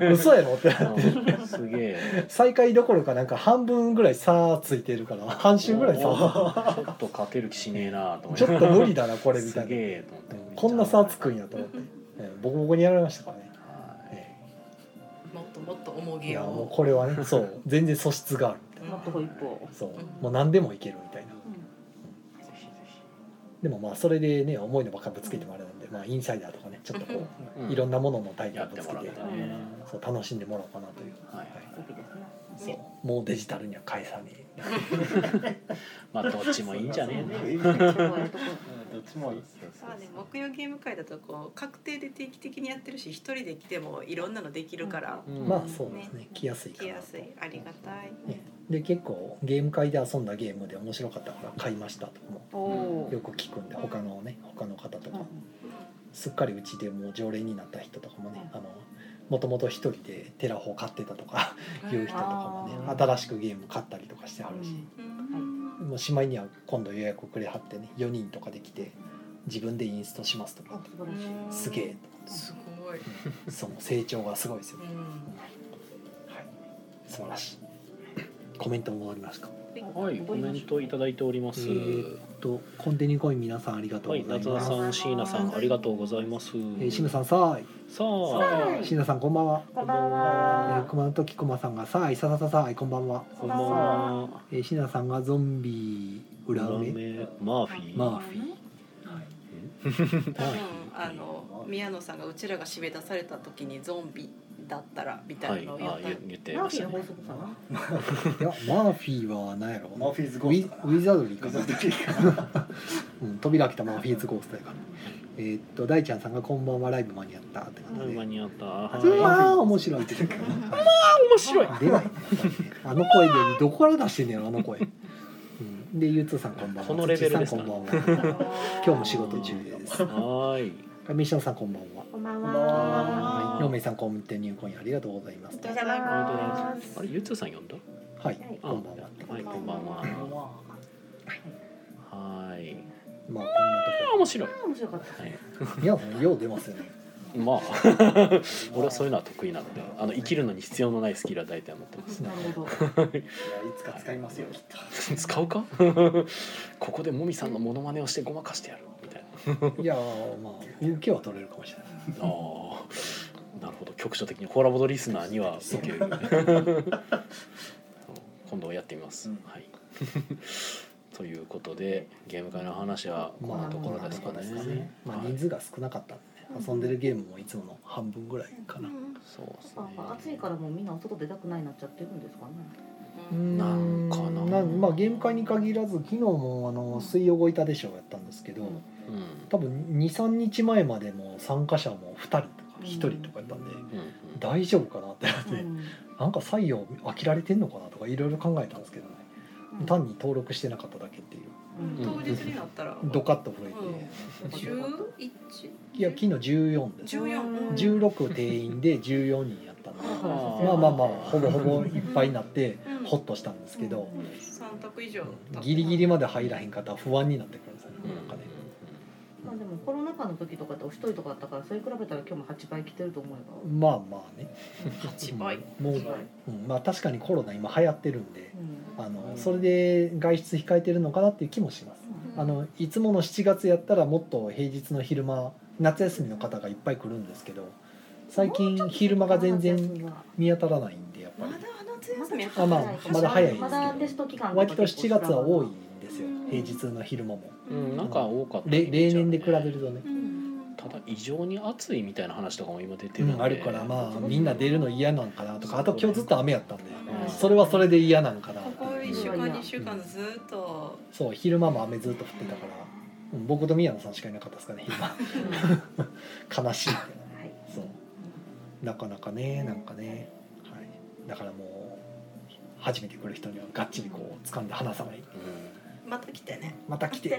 [SPEAKER 2] ね 嘘やろって
[SPEAKER 1] あのすげえ
[SPEAKER 2] 最下位どころかなんか半分ぐらい差ついてるから半周ぐらい
[SPEAKER 1] ち
[SPEAKER 2] 差
[SPEAKER 1] ょっと勝てる気しねえなと思
[SPEAKER 2] ちょっと無理だなこれみたい
[SPEAKER 1] す
[SPEAKER 2] な
[SPEAKER 1] げえと思って
[SPEAKER 2] こんな差つくんやと思って、えーボコボコにやられましたからね、
[SPEAKER 1] はい
[SPEAKER 2] え
[SPEAKER 6] もっともっと重
[SPEAKER 2] ー
[SPEAKER 6] げ
[SPEAKER 2] いやもう
[SPEAKER 6] を。
[SPEAKER 2] これはねそう全然素質があるみたい
[SPEAKER 3] もっとこう一歩。
[SPEAKER 2] なそうもう何でもいけるみたいな
[SPEAKER 1] ぜひぜひ
[SPEAKER 2] でもまあそれでね重いのばっかぶつけてもあれなんで、まあ、インサイダーとかねちょっとこう、
[SPEAKER 1] うん
[SPEAKER 2] いろんなものの体験
[SPEAKER 1] や
[SPEAKER 2] を
[SPEAKER 1] っ
[SPEAKER 2] ぶ
[SPEAKER 1] て
[SPEAKER 2] つ
[SPEAKER 1] も
[SPEAKER 2] け
[SPEAKER 1] らってたね
[SPEAKER 2] そう楽しんでもらおうかなという,、
[SPEAKER 1] はいはい
[SPEAKER 3] 素敵ですね。
[SPEAKER 2] そうもうデジタルには返さねえ
[SPEAKER 1] まあどっちもいいんじゃねえの
[SPEAKER 4] え
[SPEAKER 3] そこはやっとこ
[SPEAKER 4] どっちもいい
[SPEAKER 6] まあね、木曜ゲーム会だとこう確定で定期的にやってるし一人で来てもいろんなのできるから、
[SPEAKER 1] うん
[SPEAKER 2] まあそうですね来やすいかな
[SPEAKER 6] 来や
[SPEAKER 2] と
[SPEAKER 6] すいありがたい、
[SPEAKER 2] ねで結構ゲーム会で遊んだゲームで面白かったから買いましたとかも
[SPEAKER 3] うおお
[SPEAKER 2] よ。く聞くんで他のね他の方とか
[SPEAKER 3] うん
[SPEAKER 2] も、
[SPEAKER 6] う
[SPEAKER 2] すっかりうちでもう常連になった人とかもねあのもともと一人でテラフォー買ってたとか いう人とかもね
[SPEAKER 3] あー
[SPEAKER 2] 新しくゲーム買ったりとかしてはるし、
[SPEAKER 6] うん
[SPEAKER 2] もうしまいには今度予約くれはってね4人とかで来て自分でインストしますとか
[SPEAKER 3] あ素晴らしい。
[SPEAKER 6] うん
[SPEAKER 2] すげえ
[SPEAKER 6] すごい。
[SPEAKER 2] とその成長がすごいですよ、
[SPEAKER 6] う
[SPEAKER 2] は
[SPEAKER 6] ん
[SPEAKER 2] い、素晴らしいコメント戻りますか
[SPEAKER 1] はい、コメントいただいております。
[SPEAKER 2] えーとコンテニコイン皆さんありがと
[SPEAKER 1] は
[SPEAKER 2] う
[SPEAKER 1] い、
[SPEAKER 2] ござい
[SPEAKER 1] 夏
[SPEAKER 2] ま
[SPEAKER 1] 田
[SPEAKER 2] す、
[SPEAKER 1] さん、椎名さん、ありがとうございます。
[SPEAKER 2] えー、しむさんさ
[SPEAKER 1] さ
[SPEAKER 3] さ
[SPEAKER 1] あ、
[SPEAKER 2] あしむさんこんばんは
[SPEAKER 3] こんばん
[SPEAKER 2] え
[SPEAKER 3] は
[SPEAKER 2] ー、。熊の時駒さんがさあいささささあいこんばんは
[SPEAKER 1] こんばんは。
[SPEAKER 2] えー、しなさんがゾンビ裏
[SPEAKER 1] 裏
[SPEAKER 2] 目
[SPEAKER 1] 目、マーフィー。
[SPEAKER 2] マーフィー
[SPEAKER 6] 多分あの宮野さんがうちらが締め出された時にゾンビだったらみた
[SPEAKER 1] はいい、
[SPEAKER 6] なのを言
[SPEAKER 1] あ
[SPEAKER 6] っ、た
[SPEAKER 1] 言言って
[SPEAKER 3] マー
[SPEAKER 1] ま
[SPEAKER 3] フ
[SPEAKER 1] し
[SPEAKER 3] ィ
[SPEAKER 1] た
[SPEAKER 3] ーの法
[SPEAKER 1] ね。
[SPEAKER 3] 則かな。
[SPEAKER 2] いやマーフィーは何やろ
[SPEAKER 4] マーフィーズ
[SPEAKER 2] ウ
[SPEAKER 4] ゴー
[SPEAKER 2] ィ
[SPEAKER 4] ストかな
[SPEAKER 2] ウィザードリーか
[SPEAKER 4] ウィザ
[SPEAKER 2] な
[SPEAKER 4] ードリーかな
[SPEAKER 2] うん、扉開けたマーフィーズゴーストやからえーっと大ちゃんさんがこんばんはライブ間に合ったってことで
[SPEAKER 1] 間に合った。はい。
[SPEAKER 2] う
[SPEAKER 1] 面
[SPEAKER 2] わー面白いって言ってたからねはい
[SPEAKER 1] 白い。
[SPEAKER 2] 出ないねやっぱりねあの声でどこから出してんねやろあの声、うん、でゆうつーさんこんばんは
[SPEAKER 1] このレベルです
[SPEAKER 2] つっち
[SPEAKER 1] か
[SPEAKER 2] ーさんこんばんは今日も仕
[SPEAKER 1] 事
[SPEAKER 2] 事中です
[SPEAKER 1] はい。
[SPEAKER 2] ミッションさんこんばんは
[SPEAKER 3] こんばん
[SPEAKER 4] こんば
[SPEAKER 3] は。
[SPEAKER 2] はい、ロメイさんコンテニューコインありがとうございます
[SPEAKER 3] お邪魔
[SPEAKER 1] あ
[SPEAKER 3] し
[SPEAKER 1] りがとうございま
[SPEAKER 3] ます
[SPEAKER 1] す。あ。れ、ゆうつーさん呼んだ。
[SPEAKER 2] はい
[SPEAKER 3] はい
[SPEAKER 2] こんばんは
[SPEAKER 1] はい、こんばんは。はい。
[SPEAKER 2] まあ
[SPEAKER 1] あ、面白い。
[SPEAKER 3] あ面白かった。
[SPEAKER 1] はい。
[SPEAKER 2] こんなとこいやもうよう出ますよね
[SPEAKER 1] まあ 俺はそういうのは得意なのであの生きるのに必要のないスキルは大体持ってま
[SPEAKER 3] なるほど。
[SPEAKER 4] いやいつか使いますよきっと
[SPEAKER 1] す 使うかここでもみさんのモノマネをしてごまかしてやるみたいない
[SPEAKER 2] やーまあ受けは取れるかもしれない
[SPEAKER 1] あーなるほど局所的にコラボドリスナーには受ける 今度はやってみます、
[SPEAKER 4] うん
[SPEAKER 1] はい ということでゲーム会の話はこんなところですかね,、
[SPEAKER 2] まあ
[SPEAKER 1] はい
[SPEAKER 2] 人数が少なかったんでね遊んでるゲームもいつもの半分ぐらいかな
[SPEAKER 1] そうです
[SPEAKER 3] あ
[SPEAKER 1] ね
[SPEAKER 3] 暑いからもうみんなお外出たくないなっちゃってるんですかね。
[SPEAKER 1] なんかな
[SPEAKER 2] まあゲーム会に限らず昨日もあの水曜ごいたでしょうやったんですけど、
[SPEAKER 3] うん
[SPEAKER 2] 多分23日前までも参加者も2人とか1人とかやったん
[SPEAKER 1] うん
[SPEAKER 2] で、
[SPEAKER 1] うん
[SPEAKER 2] 大丈夫かなってなっ
[SPEAKER 3] う
[SPEAKER 2] て、
[SPEAKER 3] ん
[SPEAKER 2] なんか採用飽きられてんのかなとかいろいろ考えたんですけどね、
[SPEAKER 3] うん
[SPEAKER 2] 単に登録してなかっただけっていう
[SPEAKER 3] うん
[SPEAKER 6] 当日になったら
[SPEAKER 2] ドカッと増えて、
[SPEAKER 6] 十一
[SPEAKER 2] いや昨日14です
[SPEAKER 6] 十四
[SPEAKER 2] 16定員で14人やったんで
[SPEAKER 3] だから
[SPEAKER 1] あー
[SPEAKER 2] まあまあまあほぼほぼいっぱいになって
[SPEAKER 6] うん
[SPEAKER 2] ホッとしたんですけど、
[SPEAKER 6] 三択以上
[SPEAKER 2] ギリギリまで入らへん方は不安になってくるんですよね、
[SPEAKER 1] うん
[SPEAKER 2] なんかね
[SPEAKER 3] まあでもコロナ禍の時とかってお一人とかだったからそれに比べたら今日も8倍来てると思えば。
[SPEAKER 2] まあまあね
[SPEAKER 6] 八倍
[SPEAKER 2] うんもう、うんまあ確かにコロナ今流行ってるんで
[SPEAKER 3] うん
[SPEAKER 2] あの
[SPEAKER 4] うん
[SPEAKER 2] それで外出控えてるのかなっていう気もしますあのいつもの7月やったらもっと平日の昼間夏休みの方がいっぱい来るんですけど最近昼間が全然見当たらないんでやっぱ
[SPEAKER 6] ま
[SPEAKER 2] り
[SPEAKER 6] だ夏休み
[SPEAKER 2] あまあまだ早いですけど
[SPEAKER 3] まだテスト期間
[SPEAKER 2] 割と7月は多い
[SPEAKER 3] うん
[SPEAKER 2] んですよ
[SPEAKER 6] うん
[SPEAKER 2] 平日の昼間も
[SPEAKER 1] うん、なんか多かった
[SPEAKER 2] れ例年で比べ
[SPEAKER 1] る
[SPEAKER 2] るとね
[SPEAKER 1] ただ異常に暑いみたいな話とかも今出て
[SPEAKER 2] う
[SPEAKER 1] るんで、
[SPEAKER 2] んあるからまあみんな出るの嫌なんかなとかあと今日ずっと雨やったんで
[SPEAKER 1] うん
[SPEAKER 2] それはそれで嫌なんかな
[SPEAKER 6] ここ1週間2週間ずっと
[SPEAKER 2] そう昼間も雨ずっと降ってたからうん僕と宮野さんしかいなかったですかね今 悲しいって
[SPEAKER 3] はい
[SPEAKER 2] そうなかなかねなんかね、はい、だからもう初めて来る人にはがっちりこう掴んで離さない
[SPEAKER 6] また来てね
[SPEAKER 2] また来て
[SPEAKER 1] う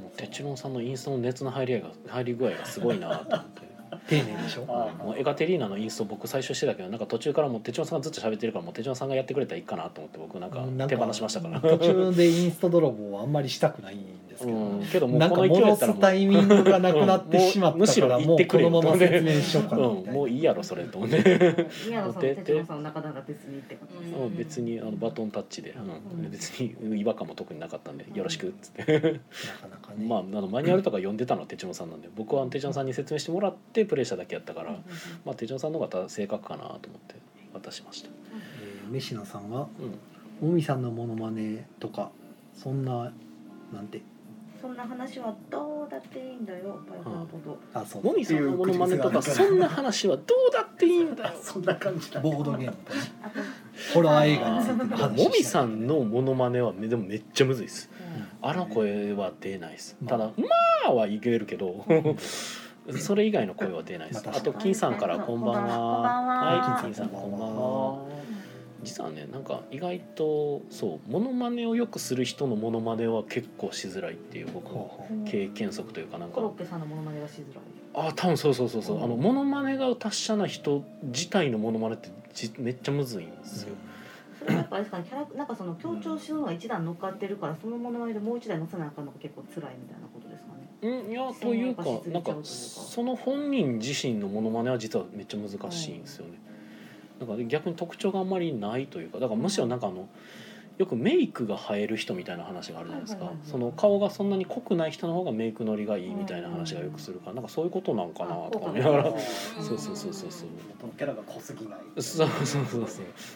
[SPEAKER 1] ん、もうテチロンさんのインストの熱の入りが入り具合がすごいなと思 って。
[SPEAKER 2] 丁寧でしょ
[SPEAKER 4] あ
[SPEAKER 1] もうエカテリーナのインスト僕最初してたけどなんか途中からもう手帳さんがずっと喋ってるからもう手帳さんがやってくれたらいいかなと思って僕なん
[SPEAKER 2] うん
[SPEAKER 1] か手放しましたから
[SPEAKER 2] 途中でインスト泥棒はあんまりしたくないんですけど、
[SPEAKER 1] うんけども
[SPEAKER 2] な
[SPEAKER 1] うんこ
[SPEAKER 2] か
[SPEAKER 1] の勢いだ
[SPEAKER 2] 戻
[SPEAKER 1] ったら
[SPEAKER 2] す
[SPEAKER 1] も
[SPEAKER 2] タイミングがなくなっ
[SPEAKER 1] う
[SPEAKER 2] てしまっ
[SPEAKER 1] む
[SPEAKER 2] た
[SPEAKER 1] し
[SPEAKER 2] か
[SPEAKER 1] ろ
[SPEAKER 2] ら
[SPEAKER 1] 言
[SPEAKER 2] も
[SPEAKER 1] って
[SPEAKER 2] う
[SPEAKER 1] く
[SPEAKER 2] こ
[SPEAKER 1] れ
[SPEAKER 2] の
[SPEAKER 1] よ
[SPEAKER 2] まま説明しようか
[SPEAKER 1] う
[SPEAKER 2] なみ
[SPEAKER 1] ん、
[SPEAKER 2] たい
[SPEAKER 1] もう
[SPEAKER 2] ない
[SPEAKER 1] いやろそれと思って、
[SPEAKER 3] 宮野さん
[SPEAKER 1] で
[SPEAKER 3] と哲郎さんの仲だから別にってことですね
[SPEAKER 1] う、
[SPEAKER 6] うん
[SPEAKER 1] 別にあのバトンタッチで、うん
[SPEAKER 3] うん
[SPEAKER 1] 別に違和感も特になかったんでよろしくっつって。
[SPEAKER 2] なかなかね、
[SPEAKER 1] まあ、あのマニュアルとか読んでたのは手帳さんなんで僕はあの手帳さんに説明してもらってプレイしただけやったから、まあ、手帳さんの方が正確かなと思って渡しました、
[SPEAKER 2] えー、飯野さんが
[SPEAKER 1] うん、
[SPEAKER 2] もみさんのモノマネとかそんななんて
[SPEAKER 3] そんな話はどうだっていいんだよパイパンほど
[SPEAKER 2] あそう
[SPEAKER 1] もみさんのモノマネとかそんな話はどうだっていいんだよ
[SPEAKER 4] そんな感じだ
[SPEAKER 2] ボードゲームとか
[SPEAKER 3] あと
[SPEAKER 2] ホラー映画についての話
[SPEAKER 1] もみさんのモノマネはめでもめっちゃむずいですあの声は出ないですただ「まあ」はいけるけど それ以外の声は出ないです
[SPEAKER 2] まあ
[SPEAKER 1] あ
[SPEAKER 2] 確か
[SPEAKER 1] と
[SPEAKER 2] に
[SPEAKER 1] 金さんから「こんばんは」
[SPEAKER 3] こんばんは
[SPEAKER 1] はい金さんこんばんは」実はねなんか意外とそうモノマネをよくする人のモノマネは結構しづらいっていう僕の
[SPEAKER 2] ほうほ
[SPEAKER 1] 経験則というかなん
[SPEAKER 3] コロ
[SPEAKER 1] か
[SPEAKER 3] ッケさんのモノマネがしづらい
[SPEAKER 1] あ多分そうそうそうそうあのモノマネが達者な人自体のモノマネってじめっちゃむずいんですよ、
[SPEAKER 3] それはやっぱあれですかねキャラなんかその強調するのが一段乗っかってるからそのものまねでもう一台乗せなあかんのが結構辛いみたいなことですかね
[SPEAKER 1] うんいやというか
[SPEAKER 3] その
[SPEAKER 1] なん
[SPEAKER 3] やっぱ
[SPEAKER 1] かその本人自身のモノマネは実はめっちゃ難しいんですよね、だから逆に特徴があんまりないというかだからむしろなんかあのよくメイクが映える人みたいな話があるじゃないですか、
[SPEAKER 3] はいはいはいはい
[SPEAKER 1] その顔がそんなに濃くない人の方がメイクのりがいいみたいな話がよくするから、なんかそういうことなんかなとか思いながらそうそうそうそうそう
[SPEAKER 4] キャラが濃すぎない
[SPEAKER 1] そうそうそうそう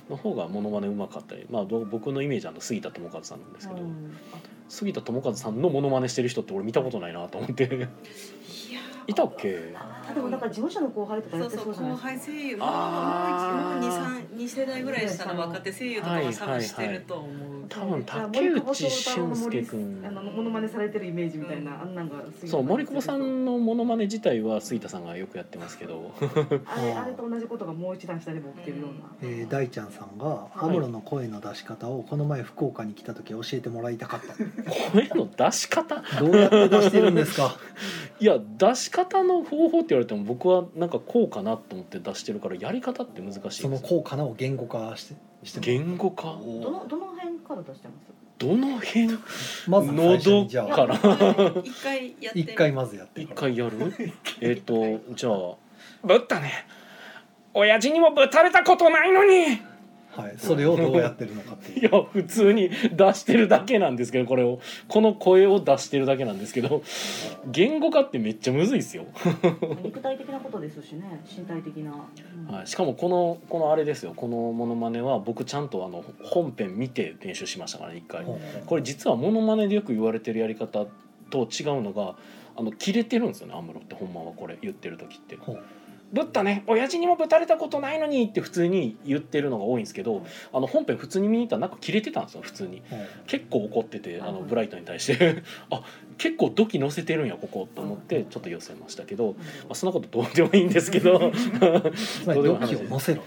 [SPEAKER 1] の方がモノマネうまかったり、まあ、ど僕のイメージはあの杉田智和さんなんですけど、
[SPEAKER 3] うん
[SPEAKER 1] 杉田智和さんのモノマネしてる人って俺見たことないなと思って
[SPEAKER 6] いや
[SPEAKER 1] いたっけ
[SPEAKER 3] あでもなんか事務所の後輩とかや
[SPEAKER 6] そ
[SPEAKER 3] っ
[SPEAKER 6] う
[SPEAKER 3] て
[SPEAKER 6] そ
[SPEAKER 3] そう
[SPEAKER 6] う
[SPEAKER 3] じゃない
[SPEAKER 6] 後
[SPEAKER 3] ですか
[SPEAKER 6] 輩声優もう
[SPEAKER 1] あー
[SPEAKER 6] 二三二世代ぐらい下の若手声優とかが多分してると思う。
[SPEAKER 1] 多分竹内俊介君
[SPEAKER 3] あのモノマネされてるイメージみたいな、
[SPEAKER 6] うん
[SPEAKER 3] あんなんが
[SPEAKER 1] そう森久保さんのモノマネ自体は杉田さんがよくやってますけど
[SPEAKER 3] あれあれと同じことがもう一段下でも起きてるような、
[SPEAKER 2] えー大ちゃんさんが「アムロの声の出し方をこの前福岡に来た時教えてもらいたかった」
[SPEAKER 1] 声の出し方
[SPEAKER 2] どうやって出してるんですか
[SPEAKER 1] いや出し方の方法って言われても僕はなんかこうかなと思って出してるからやり方って難しいです
[SPEAKER 2] その効果なを言語化してして
[SPEAKER 1] 言語化
[SPEAKER 3] どのどの辺から出してます
[SPEAKER 1] どの辺
[SPEAKER 2] もらうまず最初
[SPEAKER 1] 喉
[SPEAKER 2] にじゃ
[SPEAKER 1] か
[SPEAKER 2] あ
[SPEAKER 1] ら
[SPEAKER 6] 一回やって
[SPEAKER 2] 一回まずやって
[SPEAKER 1] 一
[SPEAKER 2] から
[SPEAKER 1] 回やる えっとじゃあぶったね親父にもぶたれたことないのに
[SPEAKER 2] はい、それをどうやってるのかって
[SPEAKER 1] い
[SPEAKER 2] いう
[SPEAKER 1] や普通に出してるだけなんですけどこれをこの声を出してるだけなんですけど言語化ってめっちゃむずいですよ、
[SPEAKER 3] 肉体的なことですしね身体的な、うん
[SPEAKER 1] はい、しかもこのこのあれですよこのモノマネは僕ちゃんとあの本編見て練習しましたからね一回
[SPEAKER 2] ほう
[SPEAKER 1] これ実はモノマネでよく言われてるやり方と違うのがあの切れてるんですよねアムロってほんまはこれ言ってる時って
[SPEAKER 2] ほう
[SPEAKER 1] ぶったね親父にもぶたれたことないのにって普通に言ってるのが多いんですけどあの本編普通に見に行ったらなんか切れてたんですよ普通に
[SPEAKER 2] ほう
[SPEAKER 1] 結構怒っててあの
[SPEAKER 3] うん
[SPEAKER 1] ブライトに対して あ結構ドキ乗せてるんやここと思ってちょっと寄せましたけど、まあ、そんなことどうでもいいんですけ ど
[SPEAKER 2] つまりドッキを乗せろ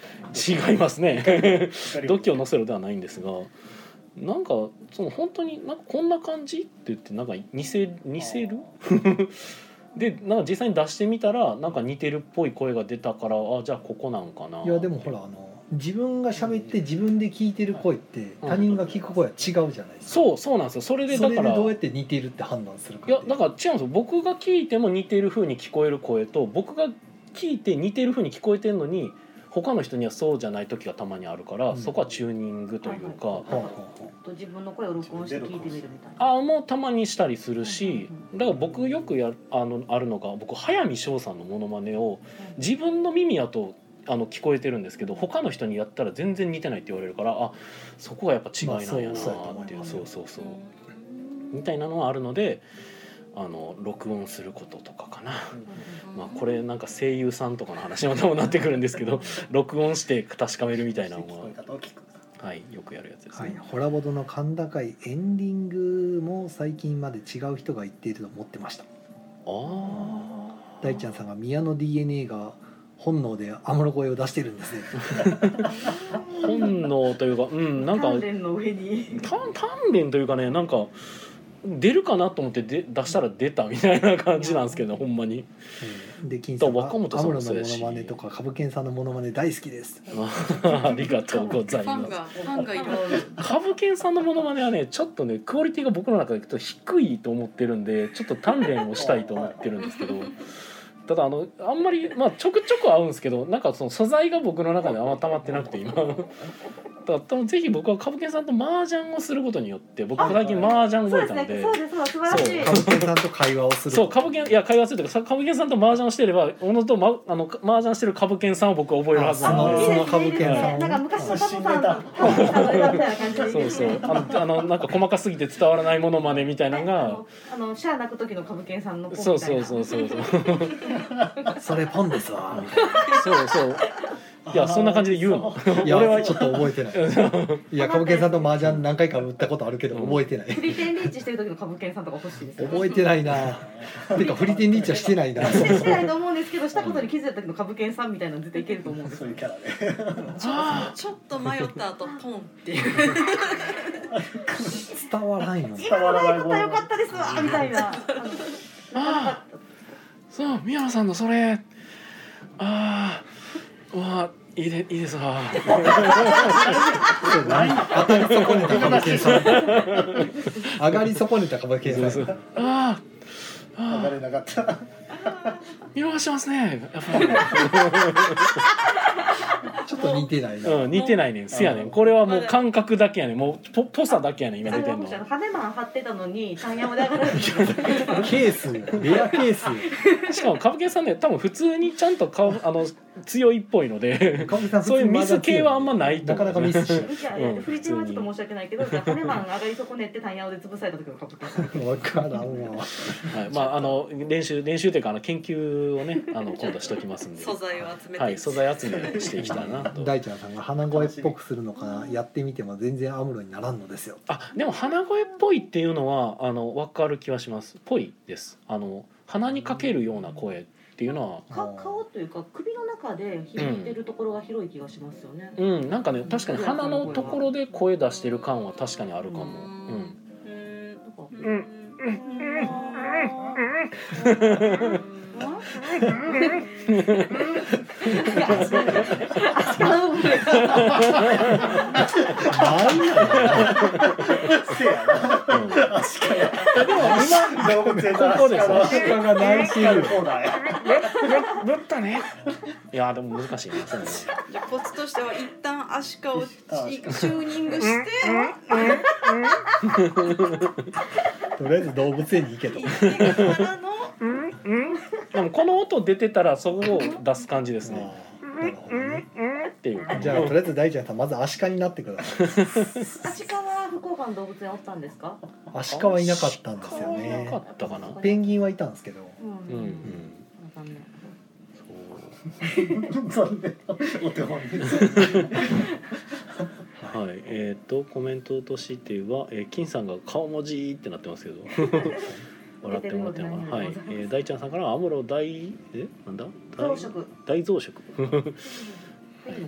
[SPEAKER 1] 違いますねドキを乗
[SPEAKER 4] せ
[SPEAKER 1] せるではないんですがなんかその本当になんかこんな感じって言ってなんか似せ似せる でなんか実際に出してみたらなんか似てるっぽい声が出たからあじゃあここなんかな
[SPEAKER 2] といやでもほらあの自分が喋って自分で聞いてる声って
[SPEAKER 1] うん
[SPEAKER 2] 他人が聞く声は違うじゃないですか
[SPEAKER 1] そうそうなんですよそれで
[SPEAKER 2] そ
[SPEAKER 1] だ
[SPEAKER 2] れ
[SPEAKER 1] か
[SPEAKER 2] で
[SPEAKER 1] ら
[SPEAKER 2] どうやって似てるって判断するか
[SPEAKER 1] いやだから違うんですよ僕が聞いても似てる風に聞こえる声と僕が聞いて似てる風に聞こえてるのに他の人にはそうじゃない時がたまにあるから、
[SPEAKER 2] うん
[SPEAKER 1] そこはチューニングというか、
[SPEAKER 3] はい
[SPEAKER 2] ほうほうほ
[SPEAKER 3] と自分の声を録音して聞いてみるみたいな
[SPEAKER 1] ああもうたまにしたりするし、
[SPEAKER 3] うん
[SPEAKER 1] だから僕よくやあのあるのが僕速水翔さんのモノマネを自分の耳やとあの聞こえてるんですけど他の人にやったら全然似てないって言われるからあそこがやっぱ違いなんやなっていう、
[SPEAKER 2] まあ
[SPEAKER 1] そ
[SPEAKER 2] そうう
[SPEAKER 1] そうそうみたいなのはあるのであの録音することとかかな。まあ、これなんか声優さんとかの話にまたもなってくるんですけど録音して確かめるみたいなの
[SPEAKER 4] 聞こえ
[SPEAKER 1] は、
[SPEAKER 4] 方を聞く
[SPEAKER 1] はい、よくやるやつです
[SPEAKER 2] うはい
[SPEAKER 1] ね。
[SPEAKER 2] ホラボドの甲高いエンディングも最近まで違う人が言っていると思ってました
[SPEAKER 1] ああ
[SPEAKER 2] 大ちゃんさんが宮の DNA が本能でアムロ声を出してる んですね
[SPEAKER 1] 本能というかうんなんか
[SPEAKER 3] 鍛錬の上に
[SPEAKER 1] た鍛錬というかねなんか出るかなと思ってで出したら出たみたいな感じなんですけど、ね、ほんまに。
[SPEAKER 2] うんで金さんが
[SPEAKER 1] だ
[SPEAKER 2] ア
[SPEAKER 1] から
[SPEAKER 2] ム
[SPEAKER 1] 若本さんも
[SPEAKER 2] ロ
[SPEAKER 1] そう
[SPEAKER 2] のモ
[SPEAKER 1] やし
[SPEAKER 2] ノマネとかカブケンさんのモノマネ大好きです
[SPEAKER 1] ありがとうござい
[SPEAKER 6] フ
[SPEAKER 1] ま
[SPEAKER 6] ァン
[SPEAKER 1] す。
[SPEAKER 6] がファンがいる。
[SPEAKER 1] カブケンさんのモノマネはねちょっとねクオリティが僕の中でちょっと低いと思ってるんでちょっと鍛錬をしたいと思ってるんですけどただあのあんまりまあちょくちょく合うんですけどなんかその素材が僕の中であんま溜まってなくて今だから多分ぜひ僕はカブケンさんと麻雀をすることによって僕最近麻雀
[SPEAKER 3] そう
[SPEAKER 1] 覚えたの
[SPEAKER 3] ですね
[SPEAKER 1] で
[SPEAKER 3] そう。ですそうです素晴らしい
[SPEAKER 1] そう
[SPEAKER 2] カブケンさんと会話をする
[SPEAKER 1] そう、株券、いや、会話するとか、株券さんと麻雀をしてれば、おのずと、ま、あの、麻雀してる株券さんを僕は覚えるはず
[SPEAKER 2] あ
[SPEAKER 1] な
[SPEAKER 2] そ
[SPEAKER 1] ん
[SPEAKER 2] の
[SPEAKER 1] で
[SPEAKER 2] その株券さんを
[SPEAKER 3] いいですねなんか昔のタモさん
[SPEAKER 4] 新ネタ
[SPEAKER 3] タモさんの歌みたいな感じでいい
[SPEAKER 1] そう
[SPEAKER 3] です
[SPEAKER 1] そ
[SPEAKER 3] ね
[SPEAKER 1] う、あの、あの、なんか細かすぎて伝わらないものまねみたいなの が。
[SPEAKER 3] あのシャア泣く時のカブケンさんの子みたい
[SPEAKER 1] そ
[SPEAKER 3] な
[SPEAKER 1] うそうそうそうそう、
[SPEAKER 2] それポンですわみたい
[SPEAKER 1] そうそう、いや、そんな感じで言うの。
[SPEAKER 2] ないや
[SPEAKER 1] 俺は
[SPEAKER 2] ちょっと覚えてないいやカブケンさんと麻雀何回か打ったことあるけど覚えてない
[SPEAKER 3] フリテンリーチしてる時のカブケンさんとか欲しいですね
[SPEAKER 2] 覚えてないなてかフリテンリーチはしてないな
[SPEAKER 3] してしてないと思うんですけどしたことに気づいた時のカブケンさんみたいなの絶対いけると思うんです
[SPEAKER 4] そう
[SPEAKER 3] よ
[SPEAKER 4] いうキャ ラで
[SPEAKER 6] ちょっと迷った後ポンっていう。
[SPEAKER 2] 伝わらんよね
[SPEAKER 3] 今のないことは良かったですわみたいなあのなかなか
[SPEAKER 1] そう宮野さんのそれああわあいいでいいですわ
[SPEAKER 2] 上がり損ねたカバケンさん上がり損ねたカバケンさん
[SPEAKER 1] ああ
[SPEAKER 4] 上が
[SPEAKER 1] ああ
[SPEAKER 4] れなかった。
[SPEAKER 1] 見逃してますねやっ ぱり
[SPEAKER 2] ちょっと似てないな、
[SPEAKER 1] うん、似てないねんせやねんこれはもう感覚だけやねんもうぽぽさだけやねん今
[SPEAKER 3] あ
[SPEAKER 1] 出
[SPEAKER 3] れ
[SPEAKER 1] て
[SPEAKER 3] は
[SPEAKER 1] ん
[SPEAKER 3] も
[SPEAKER 1] の
[SPEAKER 3] しあの羽マン張ってたのに三山で上がられてる
[SPEAKER 2] ケースレアケース
[SPEAKER 1] しかも歌舞伎さんね多分普通にちゃんと 顔あの強いっぽいの で
[SPEAKER 2] カバケンさん
[SPEAKER 1] そういうミス系はあんま ないと
[SPEAKER 2] な
[SPEAKER 1] 思
[SPEAKER 2] か
[SPEAKER 1] う
[SPEAKER 2] なかミスしない
[SPEAKER 3] いやいやフリチンはちょっと申し訳ないけど羽マン上がり損ねって三山で潰された時のカップケース
[SPEAKER 2] 分からんわ
[SPEAKER 1] はい、まああの練習練習というかあの研究を ねあの今度しときますんで
[SPEAKER 6] 素材を集めて、
[SPEAKER 1] はい素材集めしていきたいなと
[SPEAKER 2] 大ちゃんさんが鼻声っぽくするのかやってみても全然アムロにならんのですよ
[SPEAKER 1] あでも鼻声っぽいっていうのはあの分かる気はしますぽいですあの鼻にかけるような声っていうのは
[SPEAKER 3] か顔というか首の中で響いてるところが広い気がしますよね、
[SPEAKER 1] うんなんかね確かに鼻のところで声出してる感は確かにあるかもうん
[SPEAKER 6] うーん
[SPEAKER 3] う
[SPEAKER 1] うん
[SPEAKER 2] ないな
[SPEAKER 3] いや足が足が動く
[SPEAKER 4] せやな。
[SPEAKER 1] うんでも今
[SPEAKER 4] 動物園
[SPEAKER 1] ここです
[SPEAKER 4] 足
[SPEAKER 2] 足がないし
[SPEAKER 4] があるコーナーや。
[SPEAKER 1] ぶったねいやでも難しいなそうね
[SPEAKER 6] じゃあコツとしては一旦アシカをチ
[SPEAKER 4] あ
[SPEAKER 6] チューニングして
[SPEAKER 2] とりあえず動物園に行けと
[SPEAKER 6] 行ってからの
[SPEAKER 1] でもこの音出てたらそこを出す感じですね
[SPEAKER 2] なるほどね
[SPEAKER 1] っていう
[SPEAKER 2] じゃあとりあえず大ちゃんさんまずアシカになってください
[SPEAKER 3] アシカは福岡の動物園おったんですか、
[SPEAKER 2] アシカはいなかったんですよ
[SPEAKER 1] いなか
[SPEAKER 2] ね
[SPEAKER 1] ったかな
[SPEAKER 3] う
[SPEAKER 2] ペンギンはいたんですけど
[SPEAKER 3] うん
[SPEAKER 1] う
[SPEAKER 3] うん
[SPEAKER 2] うん
[SPEAKER 3] 残念
[SPEAKER 4] 残念。お手本です。
[SPEAKER 1] はい、えっ、とコメントとしては、えー金さんが顔文字ってなってますけど。笑ってもらってるのかな。はい、えー大ちゃんさんからアムロ大えなんだ大
[SPEAKER 3] 増殖
[SPEAKER 1] 大増殖、はい、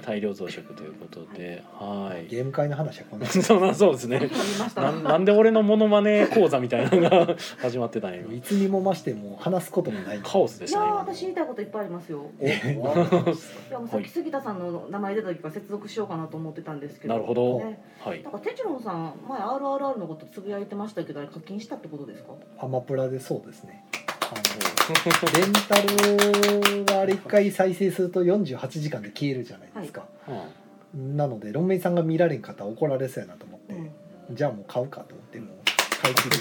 [SPEAKER 1] 大量増殖ということで、はい。
[SPEAKER 2] ゲーム会の話はこんな感 じ
[SPEAKER 1] そうなそうですね。
[SPEAKER 3] 言いました
[SPEAKER 1] なんなんで俺のモノマネ講座みたいなのが 始まってたんや今
[SPEAKER 2] いつにも増してもう話すこともない
[SPEAKER 1] カオスで
[SPEAKER 3] い
[SPEAKER 1] し
[SPEAKER 3] や
[SPEAKER 1] たね。
[SPEAKER 3] ー
[SPEAKER 1] 今の
[SPEAKER 3] 私言いたいこといっぱいありますよいやもうさっき杉田さんの名前出た時から接続しようかなと思ってたんですけど
[SPEAKER 1] なるほど
[SPEAKER 3] ね、
[SPEAKER 1] はい
[SPEAKER 3] な。んか哲郎さん前 RRR のことつぶやいてましたけどあれ課金したってことですか
[SPEAKER 2] アマプラでそうですねあのレンタルはあれ一回再生すると48時間で消えるじゃないですか、
[SPEAKER 1] は
[SPEAKER 2] なのでロンメイさんが見られん方怒られそうやなと思って、
[SPEAKER 3] うん
[SPEAKER 2] じゃあもう買うかと思っ てもう買い切り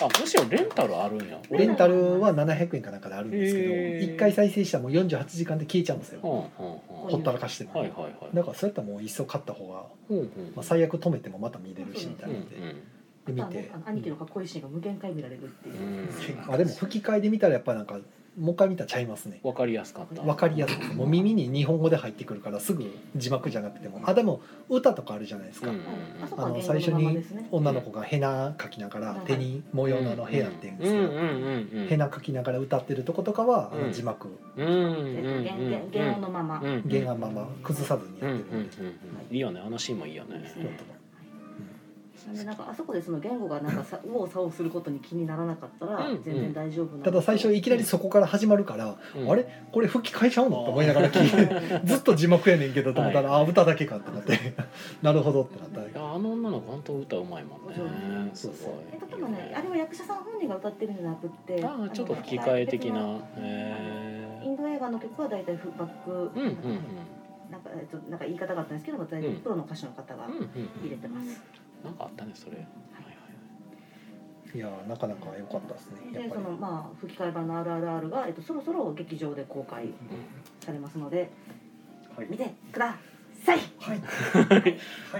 [SPEAKER 1] あ、あむしろレンタルあるんや。
[SPEAKER 2] レンタルは700円かなんかであるんですけど、
[SPEAKER 1] へー
[SPEAKER 2] 1回再生したらもう48時間で消えちゃうんですよ、
[SPEAKER 1] うんうんうん。
[SPEAKER 2] ほったらかしても、
[SPEAKER 1] はいはいはい。
[SPEAKER 2] だからそうやったらもういっそ買った方が、
[SPEAKER 1] うんうん
[SPEAKER 2] まあ、最悪止めてもまた見れるし
[SPEAKER 3] うん
[SPEAKER 2] みたいなんで,、で見て
[SPEAKER 3] あの兄貴のかっこいいシーンが無限回見られるっていう、
[SPEAKER 1] うん
[SPEAKER 2] あでも吹き替えで見たらやっぱなんかもう一回見たらちゃいますね
[SPEAKER 1] わかりやすかった。
[SPEAKER 2] わかりやすくもう耳に日本語で入ってくるからすぐ字幕じゃなくてもあでも歌とかあるじゃないですか、
[SPEAKER 1] うん
[SPEAKER 3] あそこ
[SPEAKER 2] あ
[SPEAKER 3] は
[SPEAKER 2] の
[SPEAKER 3] 言
[SPEAKER 2] 最
[SPEAKER 3] 語
[SPEAKER 2] 初
[SPEAKER 3] のまま
[SPEAKER 2] に
[SPEAKER 3] ですね
[SPEAKER 2] 女の子がヘナ描きながら手に模様のあのヘアって言うんですけど、ヘナ描きながら歌ってるとことかは、あ
[SPEAKER 1] う
[SPEAKER 2] の
[SPEAKER 1] ん
[SPEAKER 2] 字幕
[SPEAKER 3] 原原原音のまま、
[SPEAKER 2] 原案まま崩さずにやってるんで、
[SPEAKER 1] いいよね、あのシーンもいいよね。
[SPEAKER 2] ちょっと
[SPEAKER 3] なんでなんかあそこでその言語がなんかさ右往左往することに気にならなかったら
[SPEAKER 1] うん
[SPEAKER 3] 全然大丈夫なの
[SPEAKER 2] ただ最初いきなりそこから始まるから、あれこれ吹き替えちゃうのと思いながら聞いてずっと字幕やねんけどと思ったら、あ歌だけかってなって なるほどってなった
[SPEAKER 1] あの女の子本当歌うまいもんね。すご
[SPEAKER 3] え例え
[SPEAKER 1] い。
[SPEAKER 3] ばねあれは役者さん本人が歌ってるんじゃなくって
[SPEAKER 1] ああ、ちょっと吹き替え的な。え
[SPEAKER 3] インド映画の曲は大体フバック、
[SPEAKER 1] うんうんうん。
[SPEAKER 3] なんかえっとなんか言い方があったんですけども大体プロの歌手の方が
[SPEAKER 1] うんうん。
[SPEAKER 3] 入れてます、
[SPEAKER 1] なんかあったね、それ。はい
[SPEAKER 2] いやーなかなか良かったですねやっ
[SPEAKER 3] で
[SPEAKER 2] ぱ
[SPEAKER 3] そのまあ吹き替え版の RRR がえっとそろそろ劇場で公開されますので
[SPEAKER 4] はい
[SPEAKER 3] 見てください。
[SPEAKER 4] はい。は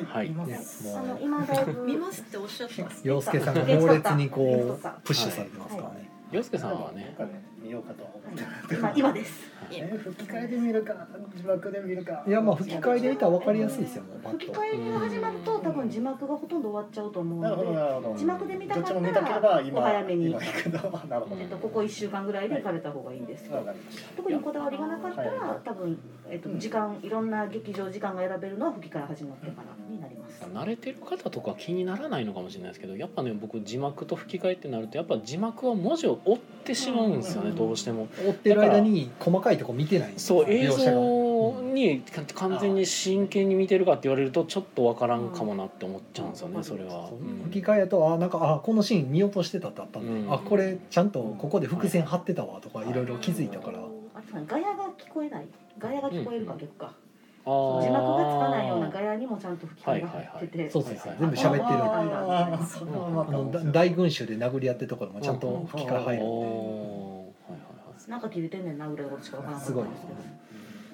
[SPEAKER 4] い。
[SPEAKER 1] はい。
[SPEAKER 2] りね
[SPEAKER 3] あ
[SPEAKER 2] も
[SPEAKER 3] の
[SPEAKER 2] う
[SPEAKER 3] 今だい ぶ
[SPEAKER 6] 見ますっておっしゃってます
[SPEAKER 2] 洋介さんが猛烈にこうプッシュされてますからね、
[SPEAKER 1] 洋介さんは
[SPEAKER 4] なん
[SPEAKER 1] ね。
[SPEAKER 4] かね見ようかとは思って
[SPEAKER 3] 今今です。
[SPEAKER 4] えー吹き替えで見るか字幕で見るか
[SPEAKER 2] い、やまあ吹き替えで見たら分かりやすいですよもうパッ
[SPEAKER 3] 吹き
[SPEAKER 2] と
[SPEAKER 3] 替えが始まると多分字幕がほとんど終わっちゃうと思う
[SPEAKER 4] なるほど
[SPEAKER 3] ので。
[SPEAKER 4] なるほど
[SPEAKER 3] 字幕で見たか
[SPEAKER 4] ど
[SPEAKER 3] っ
[SPEAKER 4] っ
[SPEAKER 3] た
[SPEAKER 4] ち
[SPEAKER 3] ら
[SPEAKER 4] も見たければ今
[SPEAKER 3] お早めに
[SPEAKER 4] 今行くのはなるほ
[SPEAKER 3] えっと
[SPEAKER 1] うん
[SPEAKER 3] ここ1週間ぐらいで行かれた方がいいんですけ
[SPEAKER 4] どわ
[SPEAKER 3] ど
[SPEAKER 4] かりまし
[SPEAKER 3] 特にこだわりがなかった
[SPEAKER 4] は
[SPEAKER 3] ら
[SPEAKER 4] い
[SPEAKER 3] 多分、えっと、時間いろんな劇場時間が選べるのは吹き替え始まってからになります
[SPEAKER 1] 慣れてる方とか気にならないのかもしれないですけどやっぱね僕字幕と吹き替えってなるとやっぱ字幕は文字を追ってしまうんですよね、どうしても
[SPEAKER 2] 追ってる間に細かいとこ見てないんです
[SPEAKER 1] そう映
[SPEAKER 2] 描写が
[SPEAKER 1] 像に完全に真剣に見てるかって言われるとちょっとわからんかもなって思っちゃうんですよねそれは、
[SPEAKER 2] そううん吹き替えやとあなんかあこのシーン見落としてたってあったんで、
[SPEAKER 1] うん
[SPEAKER 2] あこれちゃんとここで伏線張ってたわとかいろいろ気づいたから、
[SPEAKER 3] あとはガヤが聞こえないガヤが聞こえるか
[SPEAKER 1] うん
[SPEAKER 3] 逆か、
[SPEAKER 1] あ
[SPEAKER 3] そ
[SPEAKER 1] ー
[SPEAKER 3] の字幕がつかないようなガヤにもちゃんと吹き替えが入ってて、
[SPEAKER 2] そうそうそう
[SPEAKER 1] はい
[SPEAKER 2] 全
[SPEAKER 1] はい
[SPEAKER 2] 部喋ってる
[SPEAKER 3] あー
[SPEAKER 4] ああ、それはま
[SPEAKER 2] あ
[SPEAKER 4] た
[SPEAKER 2] の
[SPEAKER 4] 面
[SPEAKER 2] だ
[SPEAKER 4] 白い。
[SPEAKER 2] 大群衆で殴り合ってるところもちゃんと吹き替え入る、
[SPEAKER 1] おーはいはいはい
[SPEAKER 3] なんか切れてんねんなぐらいのことしかわからなか
[SPEAKER 2] す
[SPEAKER 3] った
[SPEAKER 2] ごい
[SPEAKER 3] ん
[SPEAKER 2] で
[SPEAKER 3] ですす
[SPEAKER 2] ね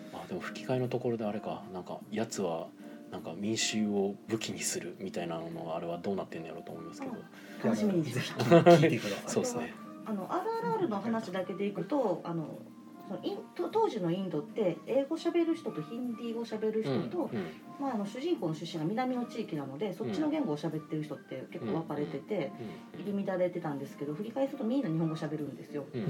[SPEAKER 3] けど
[SPEAKER 1] あでも吹き替えのところであれかなんかやつはなんか民衆を武器にするみたいなのがあれはどうなってんのやろうと思いますけど、
[SPEAKER 3] うん楽しみにして
[SPEAKER 2] ぜひ聞いてくださ
[SPEAKER 1] そ
[SPEAKER 2] い
[SPEAKER 1] で
[SPEAKER 2] う
[SPEAKER 1] すね
[SPEAKER 3] あの RRR の話だけでいくとあのそのインと当時のインドって英語喋る人とヒンディー語喋る
[SPEAKER 1] うんう
[SPEAKER 3] 人と、
[SPEAKER 1] ん
[SPEAKER 3] まあ、あの主人公の出身が南の地域なのでそっちの言語を喋ってる人って結構分かれてて入り乱れてたんですけど振り返すとみんな日本語喋るんですよ。
[SPEAKER 1] うん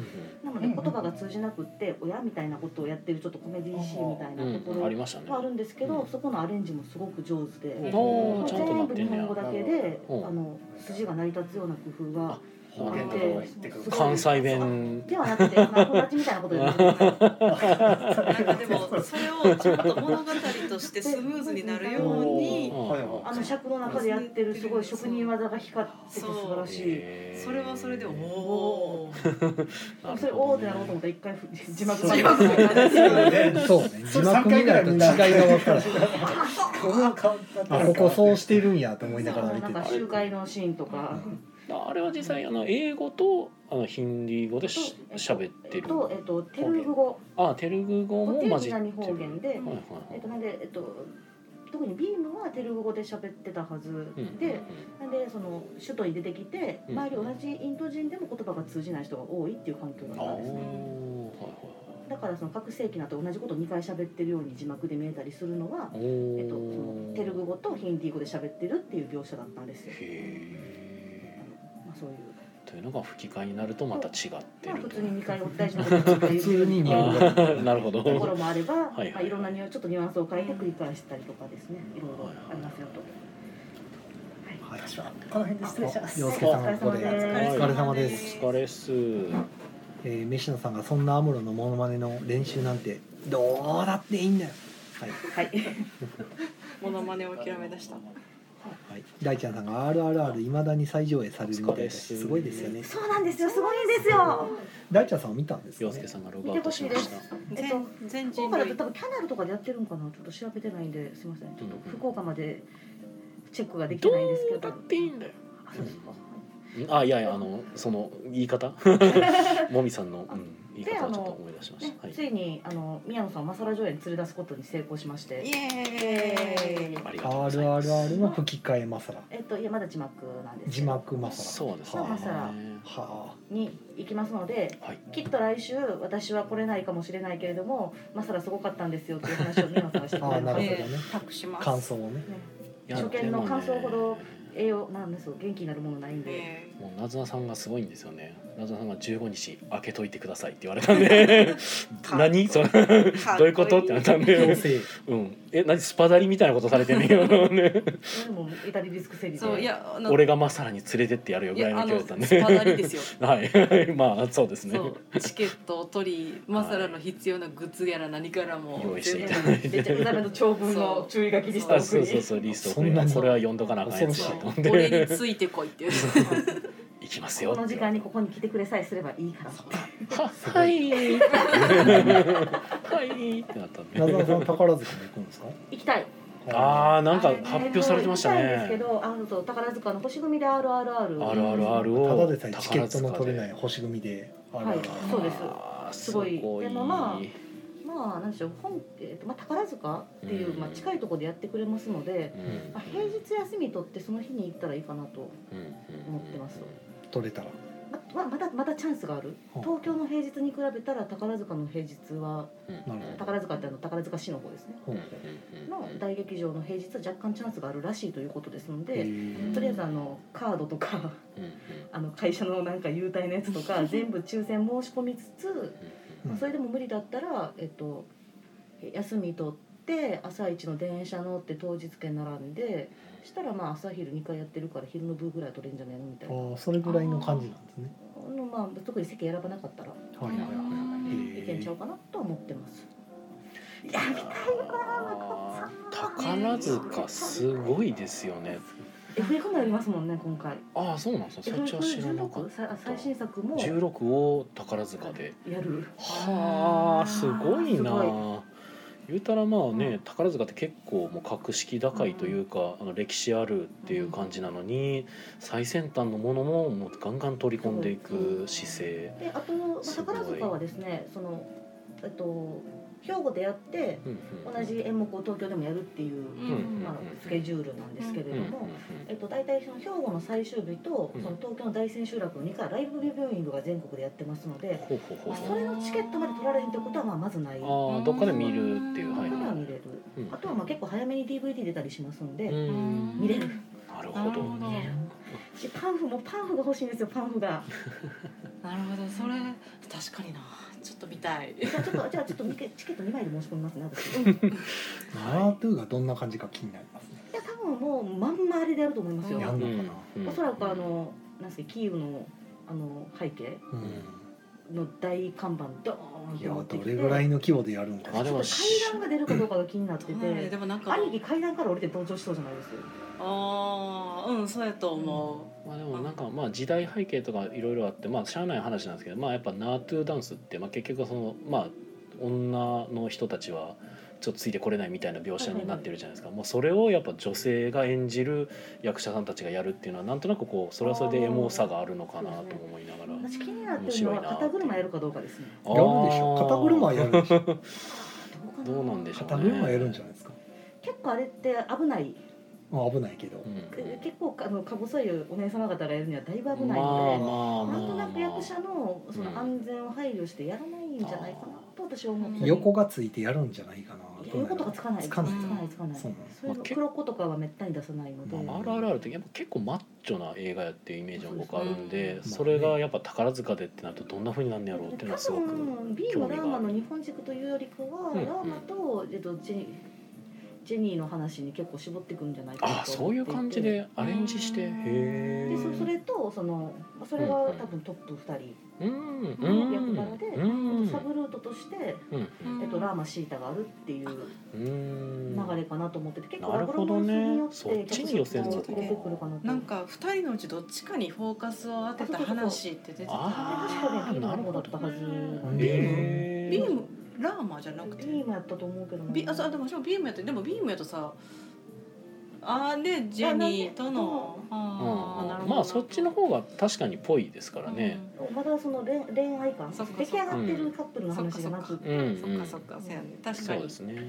[SPEAKER 3] なので言葉が通じなくって親みたいなことをやってるちょっとコメディーシーみた
[SPEAKER 1] う
[SPEAKER 3] い
[SPEAKER 1] ん
[SPEAKER 3] なと
[SPEAKER 1] う
[SPEAKER 3] こ
[SPEAKER 1] んうんあり
[SPEAKER 3] ろ
[SPEAKER 1] ましたね
[SPEAKER 3] はあるんですけ
[SPEAKER 1] う
[SPEAKER 3] ど
[SPEAKER 1] ん
[SPEAKER 3] そこのアレンジもすごく上手で
[SPEAKER 1] お
[SPEAKER 3] も
[SPEAKER 1] ー
[SPEAKER 3] う
[SPEAKER 1] ちゃんとな
[SPEAKER 3] 全
[SPEAKER 1] っ
[SPEAKER 3] 部
[SPEAKER 1] て
[SPEAKER 3] 日
[SPEAKER 1] んね
[SPEAKER 3] 本
[SPEAKER 1] や
[SPEAKER 3] 語だけで
[SPEAKER 1] ほう
[SPEAKER 3] あの筋が成り立つような工夫が
[SPEAKER 4] 方言とかが入ってくる。
[SPEAKER 1] 関西弁
[SPEAKER 3] ではなくて友達みたい なことで言ってる
[SPEAKER 6] なんかでもそれをちゃんと物語としてスムーズになるように
[SPEAKER 1] うん
[SPEAKER 4] はいはい
[SPEAKER 3] あの尺の中でやってるすごい職人技が光ってて素晴らしい。
[SPEAKER 1] へー
[SPEAKER 6] それはそれでおおー
[SPEAKER 1] なるほどね
[SPEAKER 3] それおーってなろうと思ったら一回ふ字幕
[SPEAKER 6] 字幕
[SPEAKER 3] が
[SPEAKER 4] ね
[SPEAKER 2] そうね字幕見ないと違いが分からない
[SPEAKER 4] この顔だった
[SPEAKER 2] あ
[SPEAKER 4] ら
[SPEAKER 2] ここそうしてるんやと思いながら見
[SPEAKER 3] なん
[SPEAKER 2] て
[SPEAKER 3] か
[SPEAKER 2] た
[SPEAKER 3] 集会のシーンとか
[SPEAKER 1] あれは実際あの英語とあのヒンディー語でし
[SPEAKER 3] と
[SPEAKER 1] 喋ってる
[SPEAKER 3] とえっとテルグ語
[SPEAKER 1] あテルグ語
[SPEAKER 3] こっ
[SPEAKER 1] も
[SPEAKER 3] ちは
[SPEAKER 1] 混じってる
[SPEAKER 3] 南方言で
[SPEAKER 1] はいはい
[SPEAKER 3] えっと
[SPEAKER 1] はい
[SPEAKER 3] なんでえっと特にビームはテルグ語で喋ってたはず
[SPEAKER 1] うん
[SPEAKER 3] でなんでその首都に出てきて
[SPEAKER 1] うん
[SPEAKER 3] 周り同じインド人でも言葉が通じない人が多いっていう環境だ
[SPEAKER 1] あー
[SPEAKER 3] ったんです
[SPEAKER 1] はい
[SPEAKER 3] ねだからその各世紀のと同じことを2回喋ってるように字幕で見えたりするのは
[SPEAKER 1] はいはいおー
[SPEAKER 3] えっとそのテルグ語とヒンディー語で喋ってるっていう描写だったんですよ
[SPEAKER 1] へー
[SPEAKER 3] まあそういう
[SPEAKER 1] というのが吹き替えになるとまた違って
[SPEAKER 3] まあ
[SPEAKER 1] る
[SPEAKER 3] 普
[SPEAKER 1] と
[SPEAKER 3] 通に2回お大事なことを言
[SPEAKER 2] 普通に
[SPEAKER 3] う
[SPEAKER 2] 日
[SPEAKER 3] よ
[SPEAKER 2] 本
[SPEAKER 3] う
[SPEAKER 2] 語
[SPEAKER 3] な
[SPEAKER 1] あー なるほど
[SPEAKER 3] ところもあれば、
[SPEAKER 1] いはい
[SPEAKER 3] まあ、いろんなニュアちょっとニュアンスを変えて繰り返したりとかですねいろいろありますよと。
[SPEAKER 4] はいじゃあこの辺で失礼します。
[SPEAKER 2] 洋介さんはここでお
[SPEAKER 3] お
[SPEAKER 2] 疲
[SPEAKER 1] 疲
[SPEAKER 2] れ
[SPEAKER 1] れ
[SPEAKER 2] 様
[SPEAKER 6] 様
[SPEAKER 2] で
[SPEAKER 6] ですす
[SPEAKER 1] お疲れっす
[SPEAKER 2] えー、飯野さんがそんなアムロのモノマネの練習なんてどうだっていいんだよはい、
[SPEAKER 3] はい、
[SPEAKER 6] モノマネを諦め出した
[SPEAKER 2] はい、大ちゃんさんが「RRR いまだに再上映されるみたいです
[SPEAKER 1] お疲れっす
[SPEAKER 2] すごいですよね
[SPEAKER 3] そうなんですよすごいんですよ。
[SPEAKER 2] 大ちゃんさんを見たんです
[SPEAKER 1] 洋
[SPEAKER 2] か
[SPEAKER 1] 介
[SPEAKER 2] ね
[SPEAKER 1] さんがログアウトしました
[SPEAKER 3] えっと
[SPEAKER 6] 全全
[SPEAKER 3] 今
[SPEAKER 6] 人
[SPEAKER 3] 回だと
[SPEAKER 6] 類
[SPEAKER 3] 多分キャナルとかでやってるんかなちょっと調べてないんですいませんちょっと福岡までチェックができてないんですけど。
[SPEAKER 1] ていいんだよ
[SPEAKER 3] あそうですか
[SPEAKER 1] あいやいやあのその言い 方もみさんの、うん、言い方をちょっと思い出しまし
[SPEAKER 3] ね
[SPEAKER 1] た、はい
[SPEAKER 3] ついにあの宮野さんをマサラ上映に連れ出すことに成功しまして
[SPEAKER 6] イエーイ
[SPEAKER 1] ありがとうございます
[SPEAKER 2] RRR の吹き替えマサラ
[SPEAKER 3] えっといやまだ字幕なんですけ
[SPEAKER 2] 字
[SPEAKER 3] ど
[SPEAKER 2] 幕マサラ
[SPEAKER 1] そうですね
[SPEAKER 3] まあまさら
[SPEAKER 2] は
[SPEAKER 3] に行きますので
[SPEAKER 1] はい
[SPEAKER 3] きっと来週私は来れないかもしれないけれどもマサラすごかったんですよっていう話を宮野さんがして
[SPEAKER 2] あ
[SPEAKER 3] く
[SPEAKER 2] あ
[SPEAKER 3] れ
[SPEAKER 2] あなるほど
[SPEAKER 3] て、
[SPEAKER 2] ね
[SPEAKER 6] 託します
[SPEAKER 2] 感想をね
[SPEAKER 3] ね、
[SPEAKER 1] いや
[SPEAKER 3] 初見の感想ほ
[SPEAKER 1] でも
[SPEAKER 3] ど
[SPEAKER 1] ね
[SPEAKER 3] 栄養なんですよ元気になるものないんで、
[SPEAKER 6] え
[SPEAKER 1] もうなずなさんがすごいんですよねなずなさんが15日開けといてくださいって言われたん で何それ
[SPEAKER 6] ーか
[SPEAKER 1] どういうことってなったん
[SPEAKER 2] 強
[SPEAKER 1] で
[SPEAKER 2] 制
[SPEAKER 1] うんえ何スパダリみたいなことされてんねんよね
[SPEAKER 3] でもイタリリスクセリで
[SPEAKER 6] そういやあの
[SPEAKER 1] 俺がマサラに連れてってやるよ
[SPEAKER 6] い
[SPEAKER 1] ぐらい
[SPEAKER 6] や
[SPEAKER 1] の
[SPEAKER 6] あ
[SPEAKER 1] 勢い
[SPEAKER 6] の
[SPEAKER 1] だっ
[SPEAKER 6] ス
[SPEAKER 1] た
[SPEAKER 6] パ
[SPEAKER 1] んで
[SPEAKER 6] ダリですよ
[SPEAKER 1] はいまあそうです ね
[SPEAKER 6] そうチケットを取りマサラの必要なグッズやら何からも
[SPEAKER 1] 用意してい
[SPEAKER 6] 全
[SPEAKER 1] た
[SPEAKER 6] 部
[SPEAKER 1] だい
[SPEAKER 3] めっちゃ
[SPEAKER 1] て
[SPEAKER 3] うざめの長文の注意書きリストを
[SPEAKER 1] あ
[SPEAKER 3] 送
[SPEAKER 1] そう
[SPEAKER 3] り
[SPEAKER 1] そうそうリスト
[SPEAKER 2] そんなに
[SPEAKER 1] これは読んどかなあかんやつだと思っ
[SPEAKER 6] 俺に
[SPEAKER 1] て
[SPEAKER 6] ついてこいっていう
[SPEAKER 1] 行きますよ
[SPEAKER 3] この時間にここに来てくれさえすればいいから
[SPEAKER 1] ははいはいってなったん
[SPEAKER 2] なず
[SPEAKER 1] で
[SPEAKER 2] なさん宝塚も行くんですか
[SPEAKER 3] 行きたい
[SPEAKER 1] ああなんか
[SPEAKER 3] あれね
[SPEAKER 1] 発表されてました
[SPEAKER 3] 行きいんですけ
[SPEAKER 1] ね
[SPEAKER 3] どあのそう宝塚の星組で RRR
[SPEAKER 1] あるあるあるを
[SPEAKER 2] ただでさえチケットの取れない星組であ
[SPEAKER 3] はいそうです
[SPEAKER 1] あー
[SPEAKER 3] すごい
[SPEAKER 1] ごい
[SPEAKER 3] でもまあまあなんでしょう本、えーとまあ、宝塚っていう、
[SPEAKER 1] うん
[SPEAKER 3] まあ、近いところでやってくれますので、
[SPEAKER 1] うん
[SPEAKER 3] まあ、平日休み取ってその日に行ったらいいかなと、思ってます
[SPEAKER 2] 取れたら
[SPEAKER 3] まままだまだチャンスがある
[SPEAKER 2] ほう
[SPEAKER 3] 東京の平日に比べたら宝塚の平日は
[SPEAKER 1] うん
[SPEAKER 2] なるほど
[SPEAKER 3] 宝塚ってあの宝塚市の方ですね
[SPEAKER 2] ほうほう
[SPEAKER 3] の大劇場の平日は若干チャンスがあるらしいということですの
[SPEAKER 2] へ
[SPEAKER 3] で、
[SPEAKER 2] ー
[SPEAKER 3] とりあえずあのカードとか
[SPEAKER 1] うんうん
[SPEAKER 3] あの会社のなんか優待のやつとか全部抽選申し込みつつ、
[SPEAKER 2] うん
[SPEAKER 3] それでも無理だったら、えっと、休み取って朝一の電車乗って当日券並んでしたらまあ朝昼2回やってるから昼の部ぐらいは取れんじゃねえのみたいな
[SPEAKER 2] ああそれぐらいの感じなんですね
[SPEAKER 3] のまあ特に席選ばなかったら
[SPEAKER 2] はいはいはい
[SPEAKER 3] いけんちゃうかなとは思ってます。いや見たい
[SPEAKER 1] あー宝塚すごいですよね。
[SPEAKER 3] FF もやりますもんね今回。
[SPEAKER 1] ああそうなんですね。そっちは知らなかっ
[SPEAKER 3] FF16 さ最新作も
[SPEAKER 1] た。十六を宝塚で。
[SPEAKER 3] やる。
[SPEAKER 1] はあすごい
[SPEAKER 3] すごい
[SPEAKER 1] な。言うたらまあね、
[SPEAKER 3] うん
[SPEAKER 1] 宝塚って結構もう格式高いというか、あの歴史あるっていう感じなのに最先端のものももうガンガン取り込んでいく姿勢。
[SPEAKER 3] であと、まあ
[SPEAKER 1] すごい
[SPEAKER 3] 宝塚はですねそのえっと兵庫でやって
[SPEAKER 1] うんうん
[SPEAKER 3] 同じ演目を東京でもやるっていう、
[SPEAKER 1] うんうんうん
[SPEAKER 3] まあ、スケジュールなんですけれ
[SPEAKER 1] う
[SPEAKER 3] ど
[SPEAKER 1] んうん
[SPEAKER 3] も。えっと、大体その兵庫の最終日と
[SPEAKER 1] うん
[SPEAKER 3] その東京の大千秋楽の2回ライブビューイングが全国でやってますので
[SPEAKER 1] ほうほうほう
[SPEAKER 3] それのチケットまで取られへんってことはまあまずないこ
[SPEAKER 1] ほう。ああどっかで見るっていう
[SPEAKER 3] こ
[SPEAKER 1] は
[SPEAKER 3] で
[SPEAKER 1] い
[SPEAKER 3] は
[SPEAKER 1] は
[SPEAKER 3] 見れ
[SPEAKER 1] い。
[SPEAKER 3] る
[SPEAKER 1] うん
[SPEAKER 3] あとはまあ結構早めに DVD 出たりしますん
[SPEAKER 1] う
[SPEAKER 3] で
[SPEAKER 1] ん
[SPEAKER 3] 見れる
[SPEAKER 1] なる
[SPEAKER 5] な
[SPEAKER 1] ほ
[SPEAKER 5] る
[SPEAKER 1] ど。
[SPEAKER 5] ほど
[SPEAKER 3] 見れるしパンフもパンフが欲しいんですよパンフが
[SPEAKER 6] なるほどそれ確かになちょっと見たい
[SPEAKER 3] じゃあちょっとじゃあちょっと見けチケット2枚で申し込みますね私
[SPEAKER 2] ナートゥがどんな感じか気になりますね
[SPEAKER 3] いや多分もうまんまあれでやると思いますよ、
[SPEAKER 6] うん
[SPEAKER 2] やんのかな
[SPEAKER 1] うん
[SPEAKER 3] おそらくあのなんすかキーウのあの背景
[SPEAKER 2] うん、
[SPEAKER 3] の大看板ドーン
[SPEAKER 2] い
[SPEAKER 3] と
[SPEAKER 2] や
[SPEAKER 3] 持って
[SPEAKER 2] ど
[SPEAKER 3] き
[SPEAKER 2] れ
[SPEAKER 3] て
[SPEAKER 2] ぐらいの規模でやるんか
[SPEAKER 1] あ
[SPEAKER 2] な
[SPEAKER 1] で
[SPEAKER 3] ちょっ
[SPEAKER 1] も
[SPEAKER 3] と階段が出るかどうかが気になって
[SPEAKER 6] どうなる
[SPEAKER 3] て
[SPEAKER 6] でもなんか
[SPEAKER 3] 兄貴階段から降りて登場しそうじゃないです
[SPEAKER 6] ああうんそうやと思
[SPEAKER 1] まあでもなんかまあ時代背景とかいろいろあってまあしゃあない話なんですけどまあやっぱナートゥダンスってまあ結局そのまあ女の人たちはちょっとついてこれないみたいな描写になってるじゃないですかもうそれをやっぱ女性が演じる役者さんたちがやるっていうのはなんとなくこうそれはそれでエモさがあるのかなとも思いながら。
[SPEAKER 3] 私気になってるのは
[SPEAKER 1] 面白いな
[SPEAKER 3] 肩車やるかどうかですね
[SPEAKER 2] やるでしょ肩車はやるで しょ
[SPEAKER 3] どうか
[SPEAKER 1] どうなんでしょうね
[SPEAKER 2] 肩車はやるんじゃないですか、
[SPEAKER 3] 結構あれって危ない
[SPEAKER 2] まあ、危ないけど、
[SPEAKER 3] え結構あのか細いお姉様方がやるにはだいぶ危な
[SPEAKER 1] まあ
[SPEAKER 3] いの
[SPEAKER 1] まあ
[SPEAKER 3] で
[SPEAKER 1] ま
[SPEAKER 3] な
[SPEAKER 1] あまあ
[SPEAKER 3] んとなく役者のそ
[SPEAKER 1] うん
[SPEAKER 3] の安全を配慮してやらないんじゃないかなと私は思ってる
[SPEAKER 2] 横がついてやるんじゃないかな
[SPEAKER 3] 横とかつかない
[SPEAKER 2] つかない
[SPEAKER 3] つかないつかない
[SPEAKER 2] そうなの
[SPEAKER 3] そういうの黒子とかはめったに出さないので、
[SPEAKER 2] ま
[SPEAKER 1] あるあるあるってやっぱ結構マッチョな映画やっていうイメージも僕あるんで、
[SPEAKER 2] うん
[SPEAKER 1] それがやっぱ宝塚でってなるとどんな風になんねやろうっていうのはすごく
[SPEAKER 3] 多分ビー
[SPEAKER 1] 興
[SPEAKER 3] は
[SPEAKER 1] 味
[SPEAKER 3] ラ
[SPEAKER 1] が
[SPEAKER 3] ーマの日本軸というよりかは、
[SPEAKER 1] うんうん
[SPEAKER 3] ラーマと、えっと、ジェニージェニーの話に結構絞っていくんじゃないかな
[SPEAKER 1] ああ
[SPEAKER 3] と
[SPEAKER 1] そうい
[SPEAKER 3] 思
[SPEAKER 1] う
[SPEAKER 3] っていて
[SPEAKER 1] 感じでアレンジしてへえ
[SPEAKER 3] でそそれとそのそれ
[SPEAKER 1] うんう
[SPEAKER 3] は
[SPEAKER 1] ん
[SPEAKER 3] 多分トップ2
[SPEAKER 1] う
[SPEAKER 3] 人、
[SPEAKER 1] んうん
[SPEAKER 3] の役柄で
[SPEAKER 1] うん
[SPEAKER 3] あとサブルートとして、
[SPEAKER 1] うん
[SPEAKER 3] えっと、ラーマシータがあるっていう流
[SPEAKER 1] うん
[SPEAKER 3] れかなと思ってて結構
[SPEAKER 1] な
[SPEAKER 3] ラ
[SPEAKER 1] る
[SPEAKER 3] ブ
[SPEAKER 1] ほ
[SPEAKER 3] ロ
[SPEAKER 1] ど
[SPEAKER 3] マンス
[SPEAKER 1] ね
[SPEAKER 3] によって
[SPEAKER 1] そっちに寄せ
[SPEAKER 6] んのか
[SPEAKER 3] 出てくるかな
[SPEAKER 6] う
[SPEAKER 3] と
[SPEAKER 6] なんか二人のうちどっちかにフォーカスを当てた話って出て
[SPEAKER 1] あ
[SPEAKER 6] た
[SPEAKER 1] ー
[SPEAKER 3] 確かねビー
[SPEAKER 1] な
[SPEAKER 3] マ
[SPEAKER 1] るほど
[SPEAKER 3] の方だったはず
[SPEAKER 2] ビーム
[SPEAKER 1] へえ
[SPEAKER 6] ビームラーマじゃなくて
[SPEAKER 3] ビームやったと思うけどな
[SPEAKER 6] ビあそうあでもしもビームやってでもビームやとさあーでジェニーとの
[SPEAKER 1] うん
[SPEAKER 6] あーなるほど
[SPEAKER 1] まあそっちの方が確かにぽいですからね、
[SPEAKER 3] まだその恋恋愛感
[SPEAKER 6] そっか
[SPEAKER 3] 出来上がってるカップルの話じゃなくて
[SPEAKER 1] うんうん
[SPEAKER 6] そっかそっかそうやね確か
[SPEAKER 1] そう
[SPEAKER 6] に
[SPEAKER 1] ですね
[SPEAKER 3] で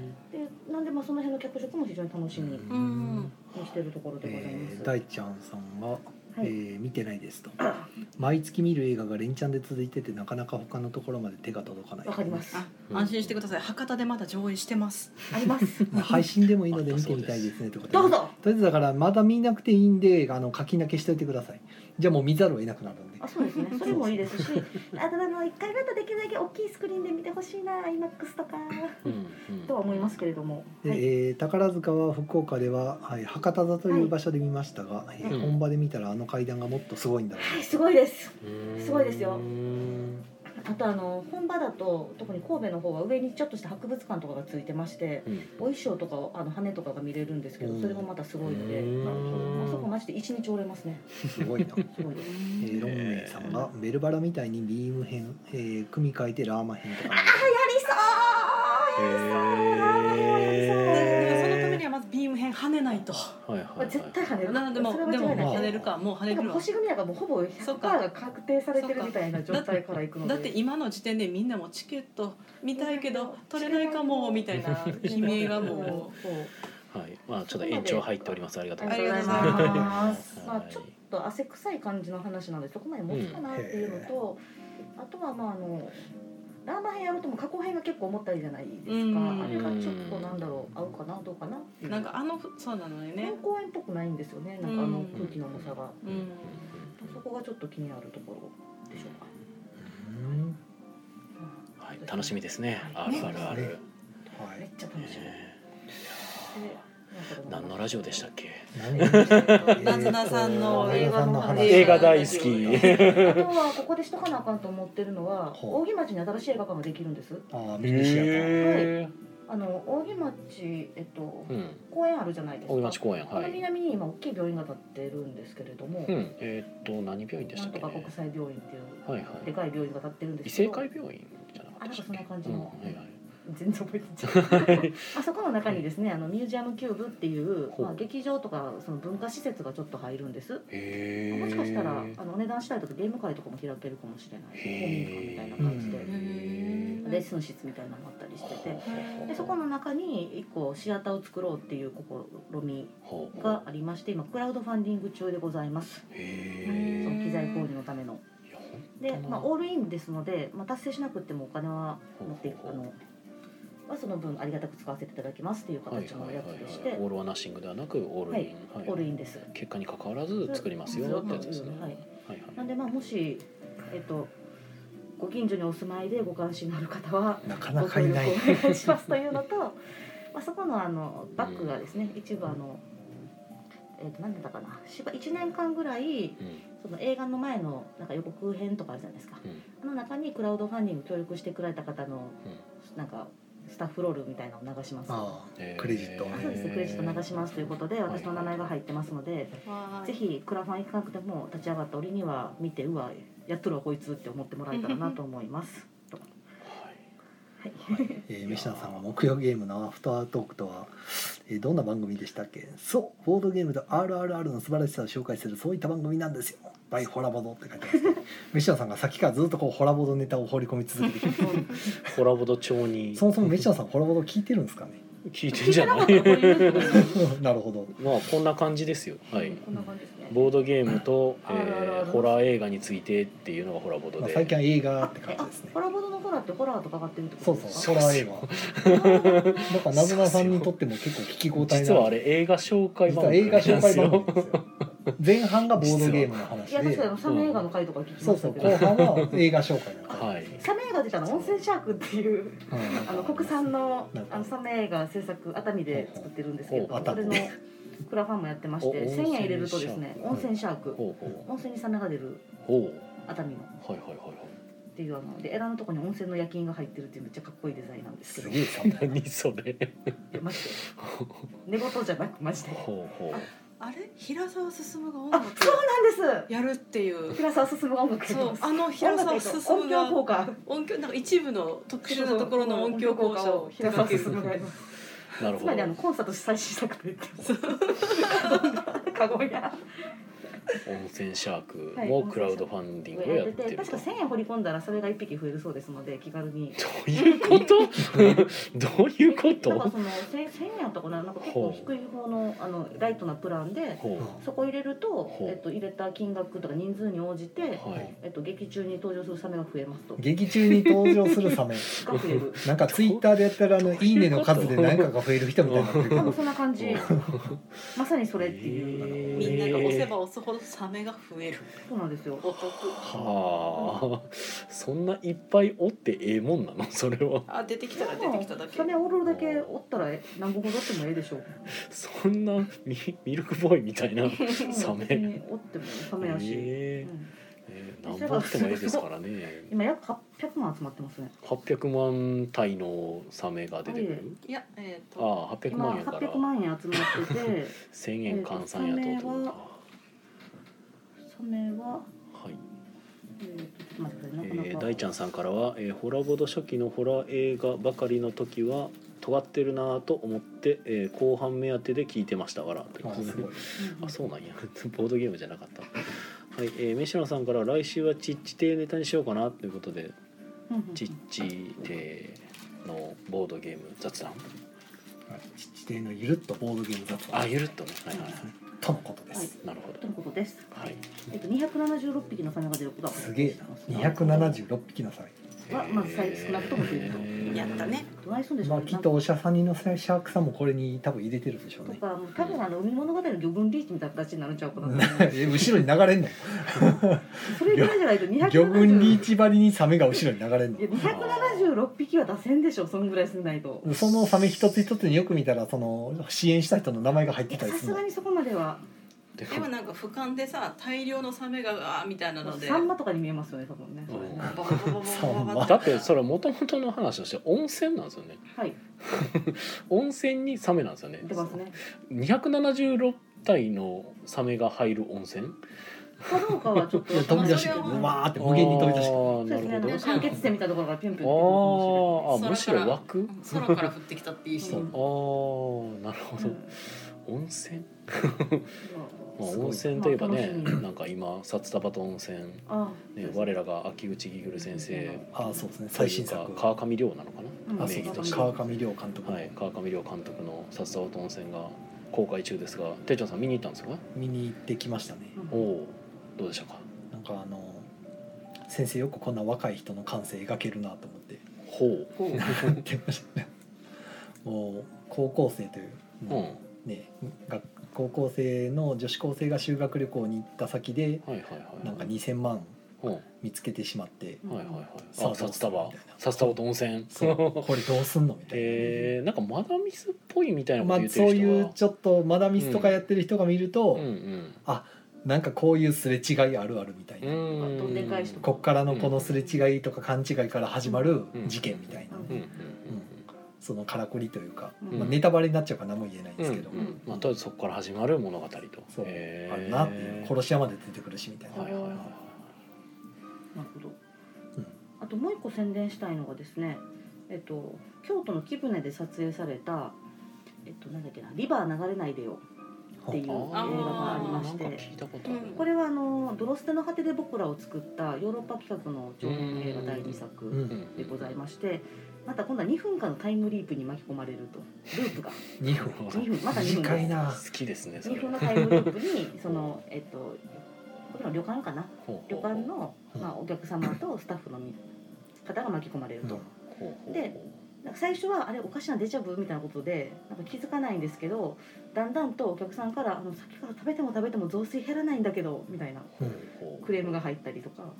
[SPEAKER 3] なんでまあその辺の脚色も非常に楽しみに
[SPEAKER 6] うん
[SPEAKER 3] してるところでございま
[SPEAKER 2] え
[SPEAKER 3] す。
[SPEAKER 2] ー、大ちゃんさんが、
[SPEAKER 3] はい
[SPEAKER 2] えー見てないですと 毎月見る映画が連チャンで続いててなかなか他のところまで手が届かない
[SPEAKER 3] わかります。
[SPEAKER 6] あ
[SPEAKER 1] うん
[SPEAKER 6] 安心してください博多でまだ上映してます
[SPEAKER 3] あります。
[SPEAKER 2] まあ配信でもいいので見てみたいですねってことで
[SPEAKER 3] どうぞ。
[SPEAKER 2] とりあえずだからまだ見なくていいんであの書きだけしといてくださいじゃあもう見ざるを得なくなるんで
[SPEAKER 3] あ、そうですね。それもいいですし、あとあの一回またできるだけ大きいスクリーンで見てほしいな、IMAX とか
[SPEAKER 1] うんうん
[SPEAKER 3] とは思いますけれども。
[SPEAKER 2] で
[SPEAKER 3] はい。
[SPEAKER 2] えー宝塚は福岡では、はい、博多座という場所で見ましたが、えー
[SPEAKER 1] うん
[SPEAKER 2] 本場で見たらあの階段がもっとすごいんだろ
[SPEAKER 3] はい、すごいです。
[SPEAKER 1] うん
[SPEAKER 3] すごいですよ
[SPEAKER 1] うん
[SPEAKER 3] あとあの本場だと特に神戸の方は上にちょっとした博物館とかがついてまして、
[SPEAKER 1] うん
[SPEAKER 3] お衣装とかをあの羽とかが見れるんですけど、それもまたすごいので、
[SPEAKER 1] うん
[SPEAKER 3] まあそこマジで一日折れますね。
[SPEAKER 2] うすごいな、
[SPEAKER 3] すごいです。
[SPEAKER 2] えーロンメイさんが「ベルバラみたいにビーム編、えー組み替えてラーマ編と かね」
[SPEAKER 3] あ
[SPEAKER 6] でそのために
[SPEAKER 1] へえ
[SPEAKER 6] はまずビーム編跳ねないと
[SPEAKER 1] はいはい
[SPEAKER 3] ま
[SPEAKER 1] は
[SPEAKER 3] あ
[SPEAKER 1] い
[SPEAKER 3] 絶対跳ねる。
[SPEAKER 6] なでも
[SPEAKER 3] それは
[SPEAKER 6] で
[SPEAKER 3] 間違
[SPEAKER 6] も
[SPEAKER 3] いない
[SPEAKER 2] まあ
[SPEAKER 6] 跳ねるかもう跳ね
[SPEAKER 3] で
[SPEAKER 6] る
[SPEAKER 3] も
[SPEAKER 6] わ
[SPEAKER 3] 星組やからもうほぼ
[SPEAKER 6] そっ
[SPEAKER 3] 100%
[SPEAKER 6] か
[SPEAKER 3] が確定されてるみたいな状態からいくので
[SPEAKER 6] だって今の時点でみんなもチケット見たいけど取れないかもみたいな悲鳴がも
[SPEAKER 3] そう
[SPEAKER 1] はい、まあちょっと延長入っております。ありがとう
[SPEAKER 3] あ
[SPEAKER 1] ござい
[SPEAKER 3] り
[SPEAKER 1] ま
[SPEAKER 3] がとうご
[SPEAKER 6] ありがと
[SPEAKER 3] ざい
[SPEAKER 6] うござい
[SPEAKER 3] ま
[SPEAKER 6] ます
[SPEAKER 1] す。
[SPEAKER 3] まあちょっと汗臭い感じの話なのでそこまで持つかなっていうのと、あとはまああのラーマ編やるとも過去編が結構重たいじゃないです
[SPEAKER 6] う
[SPEAKER 3] か
[SPEAKER 6] ん
[SPEAKER 3] あれがちょっとなんだろう合うかなどうかなっていうう
[SPEAKER 6] なんかあのそうなのよね
[SPEAKER 3] 本公演っぽくないんですよねなんかあの
[SPEAKER 6] うん
[SPEAKER 3] 空気の重さが、
[SPEAKER 6] うん
[SPEAKER 3] そこがちょっと気になるところでしょうか、
[SPEAKER 2] うん
[SPEAKER 1] はい、楽しみですね。あるあるある。
[SPEAKER 2] は
[SPEAKER 3] めっ
[SPEAKER 2] い
[SPEAKER 3] ちゃ楽しみ、
[SPEAKER 1] え
[SPEAKER 3] で
[SPEAKER 1] 何のラジオでしたっけ
[SPEAKER 2] 何え
[SPEAKER 5] ナズナさんの
[SPEAKER 2] 映
[SPEAKER 3] 映
[SPEAKER 2] 画
[SPEAKER 3] 画
[SPEAKER 2] の
[SPEAKER 3] の
[SPEAKER 2] 話
[SPEAKER 3] 話
[SPEAKER 1] 映画大好き
[SPEAKER 6] 映
[SPEAKER 3] あとはここでしとかなあかんと思ってるのは
[SPEAKER 2] ほう
[SPEAKER 3] 扇町に新しい映画館ができるんです
[SPEAKER 2] ああミニシアター
[SPEAKER 1] へ
[SPEAKER 3] あの扇町、えっと
[SPEAKER 1] ーうん
[SPEAKER 3] 公園あるじゃないですか
[SPEAKER 1] 大井町公園
[SPEAKER 3] こ
[SPEAKER 1] は
[SPEAKER 3] の
[SPEAKER 1] い、
[SPEAKER 3] 南に今大きい病院が建ってるんですけれども、
[SPEAKER 1] うん、えーっと何病院でし
[SPEAKER 3] な
[SPEAKER 1] たっ
[SPEAKER 3] ん
[SPEAKER 1] け、
[SPEAKER 3] と
[SPEAKER 1] ね、
[SPEAKER 3] か
[SPEAKER 1] は
[SPEAKER 3] 国際病院っていう
[SPEAKER 1] いはい
[SPEAKER 3] でかい病院が建ってるんで
[SPEAKER 1] 異
[SPEAKER 3] すけ
[SPEAKER 1] 性
[SPEAKER 3] ど
[SPEAKER 1] 会病院じゃなかったでしたっけ
[SPEAKER 3] あなんかそんな感じの
[SPEAKER 1] うんはいはい
[SPEAKER 3] 全然覚えてない あそこの中にですねあのミュージアムキューブっていう、
[SPEAKER 1] ほう
[SPEAKER 3] まあ、劇場とかその文化施設がちょっと入るんです
[SPEAKER 1] へー
[SPEAKER 3] もしかしたらあのお値段したいとかゲーム会とかも開けるかもしれない公民館みたいな感じで
[SPEAKER 1] へー
[SPEAKER 3] レッスン室みたいなのもあったりしててでそこ
[SPEAKER 1] の
[SPEAKER 3] の中に1個シアターを作ろうっていう試み
[SPEAKER 1] ほう
[SPEAKER 3] がありまして今クラウドファンディング中でございますそ
[SPEAKER 1] へ
[SPEAKER 3] の
[SPEAKER 1] ー
[SPEAKER 3] 機材購入のための
[SPEAKER 1] いやほん
[SPEAKER 3] で、まあ、
[SPEAKER 1] ほう
[SPEAKER 3] オールインですので、まあ、達成しなくてもお金は持っていくあのはその分ありがたく使わせていただきますっていう
[SPEAKER 1] はいはい
[SPEAKER 3] 形の
[SPEAKER 1] はい
[SPEAKER 3] や
[SPEAKER 1] は
[SPEAKER 3] つでし
[SPEAKER 1] い
[SPEAKER 3] て
[SPEAKER 1] オールはナッシングではなくオールイン、はい
[SPEAKER 3] オールインです
[SPEAKER 1] 結果に関わらず作りますよってやつですね、
[SPEAKER 3] うんは
[SPEAKER 1] は
[SPEAKER 3] い
[SPEAKER 1] いはい
[SPEAKER 3] なんでまあもしえっとご近所にお住まいでご関心のある方は
[SPEAKER 2] なかな
[SPEAKER 3] ご
[SPEAKER 2] か
[SPEAKER 3] 協
[SPEAKER 2] い
[SPEAKER 3] 力
[SPEAKER 2] ない
[SPEAKER 3] をお願いしますというのとまあそこのあのバッグがですね一部あのえっと何だったかなしば1年間ぐらい
[SPEAKER 1] うん
[SPEAKER 3] その映画の前のなんか予告編とかあるじゃないですか
[SPEAKER 1] うん
[SPEAKER 3] あの中にクラウドファンディング協力してくれた方の
[SPEAKER 1] うん
[SPEAKER 3] なんかスタッフロールみたいなのを流します
[SPEAKER 2] あ
[SPEAKER 1] えー
[SPEAKER 2] クレジット
[SPEAKER 3] あそうですねクレジット流しますということで
[SPEAKER 1] い
[SPEAKER 3] 私の名前が入ってますので、
[SPEAKER 6] は
[SPEAKER 3] ぜ
[SPEAKER 6] い。
[SPEAKER 3] ひクラファン行かなくても立ち上がった折には見てうわやっとるわこいつって思ってもらえたらなと思 います。とはい、
[SPEAKER 2] あ、えー、飯野さんは木曜ゲームのアフタートークとは、えーどんな番組でしたっけそうボードゲームと RRR の素晴らしさを紹介するそういった番組なんですよ「バイホラボド」って書いてます ね飯野さんがさっきからずっとこうホラボドネタを放り込み続けて きて
[SPEAKER 1] はいコラボと調に
[SPEAKER 2] そもそも飯野さんホラボド聞いてるんですかね
[SPEAKER 1] 聞いてんじゃない
[SPEAKER 3] 聞いてなかったらこういう
[SPEAKER 2] なるほど
[SPEAKER 1] まあこんな感じですよはい
[SPEAKER 3] こんな感じですね。
[SPEAKER 1] ボードゲームと、え
[SPEAKER 3] あるあるあ
[SPEAKER 1] ー、
[SPEAKER 3] る
[SPEAKER 1] ホラー映画についてっていうのがホラーボード
[SPEAKER 2] まあ
[SPEAKER 1] で、
[SPEAKER 2] 最近は映画って
[SPEAKER 3] え
[SPEAKER 2] 感じ
[SPEAKER 3] あ
[SPEAKER 2] ですね
[SPEAKER 3] ホラボードのホラーってホラーとかかってるって
[SPEAKER 2] そ
[SPEAKER 3] こ
[SPEAKER 2] う
[SPEAKER 3] とです
[SPEAKER 2] そ
[SPEAKER 3] か
[SPEAKER 2] うホラー映画だからなずなさんにとっても結構聞き応えのある
[SPEAKER 1] 実はあれ映画紹介
[SPEAKER 2] 実
[SPEAKER 1] 番
[SPEAKER 2] は映
[SPEAKER 1] 組
[SPEAKER 2] 画
[SPEAKER 1] なんで
[SPEAKER 2] 紹介
[SPEAKER 1] す
[SPEAKER 2] 番
[SPEAKER 1] よ
[SPEAKER 2] 組ですよ前半がボードゲームの話
[SPEAKER 3] いや確か
[SPEAKER 2] で
[SPEAKER 3] にあのサメ映画の回とか聞きま
[SPEAKER 2] そう
[SPEAKER 3] し
[SPEAKER 2] そ
[SPEAKER 3] た
[SPEAKER 2] う
[SPEAKER 3] け
[SPEAKER 2] 後
[SPEAKER 3] ど、
[SPEAKER 2] 半は映画紹介だか
[SPEAKER 1] はい
[SPEAKER 3] サメ映画出たの温泉シャークっていう
[SPEAKER 2] ら、
[SPEAKER 3] あの国産の
[SPEAKER 2] なるほど
[SPEAKER 3] あのサメ映画制作熱海で作ってるんですけ
[SPEAKER 1] ほう
[SPEAKER 3] ど
[SPEAKER 2] 熱
[SPEAKER 3] そ
[SPEAKER 2] 海
[SPEAKER 3] れのクラファンもやってまし
[SPEAKER 1] お
[SPEAKER 3] て
[SPEAKER 1] 温
[SPEAKER 3] 1000
[SPEAKER 1] 泉
[SPEAKER 3] 円入れるとですね
[SPEAKER 1] シャーク
[SPEAKER 3] 温泉シャーク
[SPEAKER 1] ほうほ
[SPEAKER 3] 温泉にサメが出る
[SPEAKER 1] うほ
[SPEAKER 3] 熱海のっ
[SPEAKER 1] うはいはいはい
[SPEAKER 3] ていうあので枝のとこに温泉の夜勤が入ってるっていうめっちゃかっこいいデザインなんですけ
[SPEAKER 2] す
[SPEAKER 3] ど
[SPEAKER 2] げえさ
[SPEAKER 1] はい何それ
[SPEAKER 3] マジで寝言じゃなくマジで
[SPEAKER 1] ほうほ
[SPEAKER 6] あれ平沢進が音
[SPEAKER 3] あ
[SPEAKER 6] 楽
[SPEAKER 3] そうなんです
[SPEAKER 6] やるっていう。
[SPEAKER 3] 平沢進が音楽や
[SPEAKER 6] そ
[SPEAKER 3] って
[SPEAKER 6] う
[SPEAKER 3] ます
[SPEAKER 6] あの平
[SPEAKER 3] 音楽
[SPEAKER 6] 沢
[SPEAKER 3] やって
[SPEAKER 6] 進
[SPEAKER 3] 音響
[SPEAKER 6] が
[SPEAKER 3] 効果
[SPEAKER 6] 音響なんか一部の特殊なところの音響効果を手
[SPEAKER 3] 平
[SPEAKER 6] 掛
[SPEAKER 3] 沢
[SPEAKER 6] け
[SPEAKER 3] 進
[SPEAKER 6] る。
[SPEAKER 3] がやります
[SPEAKER 1] うなる
[SPEAKER 3] つ
[SPEAKER 1] ほ
[SPEAKER 3] まりあの
[SPEAKER 1] ど
[SPEAKER 3] コンサート主催新作と言ってますカゴや
[SPEAKER 1] 温泉シャークもクラウドファンディングをやってる
[SPEAKER 3] 確
[SPEAKER 1] と
[SPEAKER 3] か1000円掘り込んだらそれが1匹増える そうですので気軽に
[SPEAKER 1] どういうこと どういうこ
[SPEAKER 3] だから
[SPEAKER 1] と
[SPEAKER 3] その1000円やったかななんか結構低い方のあのライトなプランで
[SPEAKER 1] ほ
[SPEAKER 3] そこ入れると
[SPEAKER 1] ほ、う
[SPEAKER 3] えっと、入れた金額とか人数に応じて、
[SPEAKER 1] うはい
[SPEAKER 3] えっと、劇中に登場するサメが増え ますと
[SPEAKER 2] 劇中に登場するサメ
[SPEAKER 3] が増える
[SPEAKER 2] なんかツイッターでやったらあの「いいね」の数で何かが増える人みたいになってるけ
[SPEAKER 3] 多分
[SPEAKER 2] ど
[SPEAKER 3] そんな感じまさにそれってい
[SPEAKER 1] へー
[SPEAKER 3] う、
[SPEAKER 6] みんなが押せば押すほどサメが増える。
[SPEAKER 3] そうなんですよ
[SPEAKER 6] お得。
[SPEAKER 1] はあそんないっぱいおってええもんなの それは
[SPEAKER 6] あ出てきたら出てきただけ
[SPEAKER 3] サ。メおるだけおったら何個ほどってもええでしょう
[SPEAKER 1] そんなミミルクボーイみたいなサメ
[SPEAKER 3] 別におってもサメや
[SPEAKER 1] え
[SPEAKER 3] し、うん
[SPEAKER 1] えええ何本あってもええですからね
[SPEAKER 3] 今約800万集まってますね
[SPEAKER 1] 800万体のサメが出てく
[SPEAKER 3] はい
[SPEAKER 1] る
[SPEAKER 6] いやえっ、と。
[SPEAKER 1] ああ800
[SPEAKER 3] 今
[SPEAKER 1] 万やから
[SPEAKER 3] 800万円集まっ てて
[SPEAKER 1] 1000円換算やとってことか
[SPEAKER 3] サメは、
[SPEAKER 1] はい
[SPEAKER 3] えー、ちょっと待ってくださいなかなか、
[SPEAKER 1] えー、大ちゃんさんからは、えーホラボド初期のホラー映画ばかりの時は尖ってるなぁと思って、えー後半目当てで聞いてましたからという
[SPEAKER 2] あ
[SPEAKER 1] ことですすね
[SPEAKER 2] ごい
[SPEAKER 1] あそうなんや ボードゲームじゃなかったはい、えー、飯野さんから来週はチッチ亭ネタにしようかなということで
[SPEAKER 3] うんうんうん
[SPEAKER 1] チッチ亭のボードゲーム雑談
[SPEAKER 2] 父邸のゆるっとボードゲーム雑
[SPEAKER 1] あ
[SPEAKER 2] 談
[SPEAKER 1] ゆるっとねはいはいは
[SPEAKER 2] とのことで
[SPEAKER 3] はい
[SPEAKER 2] す、
[SPEAKER 1] いなるほど
[SPEAKER 3] とのことです。
[SPEAKER 1] はい
[SPEAKER 3] えっと、276匹のサメが出ることは
[SPEAKER 2] すげえな276匹のサメ
[SPEAKER 3] はまあさい少なくとも出ると。
[SPEAKER 6] やったね
[SPEAKER 3] どないするんでしょ
[SPEAKER 2] ま
[SPEAKER 3] う
[SPEAKER 2] あ
[SPEAKER 3] ね。
[SPEAKER 2] きっとおしゃさんにのシャークさんもこれに多分入れてるでしょう
[SPEAKER 3] と
[SPEAKER 2] ね。
[SPEAKER 3] かもう多分あの海物語の魚群リーチみたいな形になるんちゃうかな。
[SPEAKER 2] え後ろに流れんの。
[SPEAKER 3] それぐらいじゃないと270
[SPEAKER 2] 魚群リーチ張りにサメが後ろに流れん
[SPEAKER 3] いや276匹は出せんでしょそんぐらいすんないと
[SPEAKER 2] の。そのサメ一つ一つによく見たらその支援した人の名前が入っ
[SPEAKER 3] い
[SPEAKER 2] て
[SPEAKER 3] や
[SPEAKER 2] たり
[SPEAKER 3] さ
[SPEAKER 2] す
[SPEAKER 3] す
[SPEAKER 2] るの
[SPEAKER 3] が。にそこまでは
[SPEAKER 1] で
[SPEAKER 6] でもなんか俯瞰でさ大量のサメがあーみたいなので
[SPEAKER 3] サンマとかに見えますよね多分ねそ
[SPEAKER 1] う
[SPEAKER 3] れ
[SPEAKER 1] ん
[SPEAKER 3] ね
[SPEAKER 6] バババババババ
[SPEAKER 2] サンマ
[SPEAKER 6] バ
[SPEAKER 1] だってそれもともとの話として温泉なんですよね
[SPEAKER 3] はい
[SPEAKER 1] 温泉にサメなんですよね
[SPEAKER 3] 出ますね
[SPEAKER 1] 276体のサメが入る温泉
[SPEAKER 3] かどうかはちょっと
[SPEAKER 2] いや飛び出してくる。うわーって無限に飛び出してくる。
[SPEAKER 1] ああ
[SPEAKER 3] そう
[SPEAKER 1] な
[SPEAKER 3] ですね
[SPEAKER 1] る
[SPEAKER 3] あの
[SPEAKER 1] ほ
[SPEAKER 3] 間欠点みたいなところからピュンピュンって
[SPEAKER 1] どああむしろ湧く
[SPEAKER 6] 空から降ってきたっていいし
[SPEAKER 3] う
[SPEAKER 1] ああな
[SPEAKER 3] ん
[SPEAKER 1] る
[SPEAKER 3] く
[SPEAKER 1] ほ
[SPEAKER 3] るかもし
[SPEAKER 1] ど
[SPEAKER 3] れない
[SPEAKER 1] 温泉
[SPEAKER 3] うん
[SPEAKER 1] まあ、
[SPEAKER 2] すごい
[SPEAKER 1] 温泉といえばね、
[SPEAKER 3] まあ楽しみ
[SPEAKER 1] なんか今札束と温泉、ね、
[SPEAKER 3] ああ
[SPEAKER 1] 我らが秋口ギグル先生
[SPEAKER 2] ああそうですね最新作。
[SPEAKER 1] というか川上亮なのかな、
[SPEAKER 3] う
[SPEAKER 2] あ
[SPEAKER 3] ん
[SPEAKER 1] 名
[SPEAKER 2] そう
[SPEAKER 1] 義
[SPEAKER 2] そ
[SPEAKER 1] と
[SPEAKER 2] う
[SPEAKER 1] して、
[SPEAKER 2] 川
[SPEAKER 1] は
[SPEAKER 2] 上亮監督の
[SPEAKER 1] い、川上亮監督の札束と温泉が公開中ですが店長さん見に行ったんですか、
[SPEAKER 2] 見に行ってきましたね。
[SPEAKER 1] おおどうでしたか
[SPEAKER 2] なんかあの先生よくこんな若い人の感性描けるなと思って
[SPEAKER 1] ほう、
[SPEAKER 3] こ
[SPEAKER 2] 言ってましたね。もう高校生という。
[SPEAKER 1] うん
[SPEAKER 2] ね学高校生の女子高生が修学旅行に行った先で
[SPEAKER 1] はいはい
[SPEAKER 2] なん
[SPEAKER 1] は
[SPEAKER 2] か
[SPEAKER 1] い、
[SPEAKER 2] 2,000万
[SPEAKER 1] うん、
[SPEAKER 2] 見つけてしまって
[SPEAKER 3] う
[SPEAKER 1] はいはいはい
[SPEAKER 2] さ
[SPEAKER 1] あ
[SPEAKER 2] あ
[SPEAKER 1] 札束
[SPEAKER 2] みたいな
[SPEAKER 1] 札束と温泉
[SPEAKER 2] そうこれどうすんのみたいな。
[SPEAKER 1] えー、なんかマダミスっぽいみたいなこ
[SPEAKER 2] まあ
[SPEAKER 1] と言、って
[SPEAKER 2] そう
[SPEAKER 1] る人
[SPEAKER 2] い
[SPEAKER 1] は、
[SPEAKER 2] うちょっとマダミスとかやってる人が見ると、
[SPEAKER 1] うんうん
[SPEAKER 2] なんかこういうすれ違いあるあるみたいな、
[SPEAKER 1] うん
[SPEAKER 3] どんでん返しとか
[SPEAKER 2] こっからのこのすれ違いとか勘違いから始まる
[SPEAKER 1] うん
[SPEAKER 2] 事件みたいな、
[SPEAKER 3] うん
[SPEAKER 1] うんうん
[SPEAKER 2] そのからくりというか、
[SPEAKER 3] うん
[SPEAKER 2] まあ、ネタバレになっちゃうから何も言えないん
[SPEAKER 1] うん
[SPEAKER 2] ですけど、
[SPEAKER 1] うんうんまあ、とりあえずそこから始まる物語と
[SPEAKER 2] そう
[SPEAKER 1] へー
[SPEAKER 2] あるなっていう殺し屋まで出てくるしみたいな、
[SPEAKER 1] はいはいはい
[SPEAKER 3] なるほど
[SPEAKER 2] うん
[SPEAKER 3] あともう一個宣伝したいのがですねえっと京都の貴船で撮影されたえっとなんだっけな「リバー流れないでよ」っていう映画がありまし
[SPEAKER 1] なんか
[SPEAKER 3] て
[SPEAKER 1] 聞いたことある、
[SPEAKER 6] うん
[SPEAKER 3] これはあの「ドロステの果てで僕ら」を作ったヨーロッパ企画の長編映画第2
[SPEAKER 2] う、
[SPEAKER 3] 作
[SPEAKER 1] うんん
[SPEAKER 3] でございましてまた今度は2分間のタイムリープに巻き込まれるとル ープが
[SPEAKER 2] 2分
[SPEAKER 1] なるほど
[SPEAKER 3] 2分まだ2分
[SPEAKER 2] 短い
[SPEAKER 3] です
[SPEAKER 2] な
[SPEAKER 1] 好きですねそれ
[SPEAKER 3] 2分のタイムリープにそのえっとこれは旅館かな
[SPEAKER 1] ほうほ
[SPEAKER 3] 旅
[SPEAKER 1] うほ
[SPEAKER 3] 館
[SPEAKER 1] う
[SPEAKER 3] の、
[SPEAKER 2] うん
[SPEAKER 3] まあ、お客様とスタッフのみ方が巻き込まれると、
[SPEAKER 1] ほうほう
[SPEAKER 3] でなんか最初はあれおかしなデジャブみたいなことでなんか気づかないんですけどだんだんとお客さんから「あのさっきから食べても食べても雑炊減らないんだけど」みたいな
[SPEAKER 1] ほう
[SPEAKER 3] クレームが入ったりとか、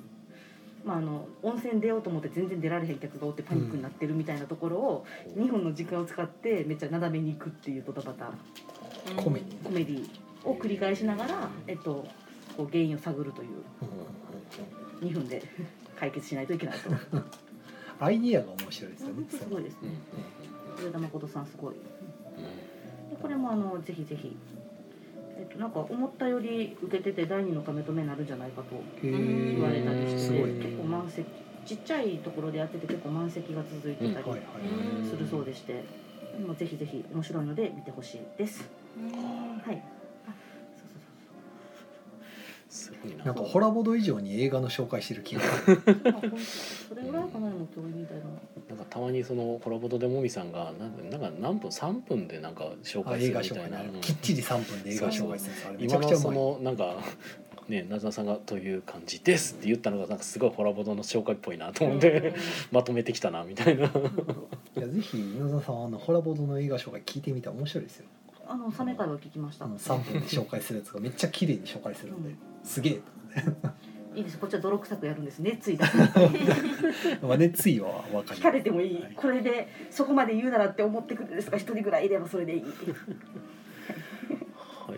[SPEAKER 3] まあ、あの温泉出ようと思って全然出られへん客がおってパニックになってるみたいなところを
[SPEAKER 1] ほう
[SPEAKER 3] 2分の時間を使ってめっちゃなだめに行くっていうドタバタ
[SPEAKER 6] うん
[SPEAKER 2] コメデ
[SPEAKER 3] コメディを繰り返しながら、えっと、こう原因を探るという2分で解決しないといけないと。
[SPEAKER 2] アイディアが面白いですよ
[SPEAKER 3] 本
[SPEAKER 2] ね
[SPEAKER 3] 当すごいです
[SPEAKER 1] うん
[SPEAKER 3] ね。上田誠さんすごい。
[SPEAKER 1] うん
[SPEAKER 3] でこれもあのぜひぜひ。えっと、なんか思ったより受けてて第二の亀止めになるんじゃないかと
[SPEAKER 2] へー
[SPEAKER 3] 言われたりして
[SPEAKER 2] すごい
[SPEAKER 3] 結構満席ちっちゃいところでやってて結構満席が続いてたり
[SPEAKER 2] はいはい
[SPEAKER 3] するそうでして、もうぜひぜひ面白いので見てほしいです。はい。あそうそう
[SPEAKER 1] すごいな
[SPEAKER 2] なんかホラボド以上に映画の紹介してる気がす る
[SPEAKER 3] そうそう。まあ本当それぐらいかなでも今日みたいな。
[SPEAKER 1] なんかたまにそのコラボとでもみさんがなんかなんか何分3分でなんか紹
[SPEAKER 2] あ
[SPEAKER 1] 介す
[SPEAKER 2] 映
[SPEAKER 1] る
[SPEAKER 2] 画
[SPEAKER 1] みた
[SPEAKER 2] 紹
[SPEAKER 1] い
[SPEAKER 2] 介
[SPEAKER 1] な、
[SPEAKER 2] ね
[SPEAKER 1] うん
[SPEAKER 2] きっちり3分で映画紹介するんですあれめちゃ
[SPEAKER 1] 今
[SPEAKER 2] くちゃ
[SPEAKER 1] の
[SPEAKER 2] う
[SPEAKER 1] そ
[SPEAKER 2] まい
[SPEAKER 1] のなんかねなずなさんが「という感じです」って言ったのがなんかすごいホラボドの紹介っぽいなと思ってまとめてきたなみたいな。
[SPEAKER 3] なるほど
[SPEAKER 2] いやぜひ野沢さんはあのホラボードの映画紹介聞いてみたら面白いですよ。
[SPEAKER 3] あのサメ会は聞きまし
[SPEAKER 2] あ
[SPEAKER 3] た。
[SPEAKER 2] の3分で紹介するやつがめっちゃ綺麗に紹介するんで、す げ
[SPEAKER 3] いいです。こっちは泥臭くやるんですね。ついだ。
[SPEAKER 2] え。まあねついはわか
[SPEAKER 3] 聞かれ
[SPEAKER 2] る。
[SPEAKER 3] てもいい、これでそこまで言うならって思ってくるんですが一人ぐらいいれば それでいい
[SPEAKER 1] は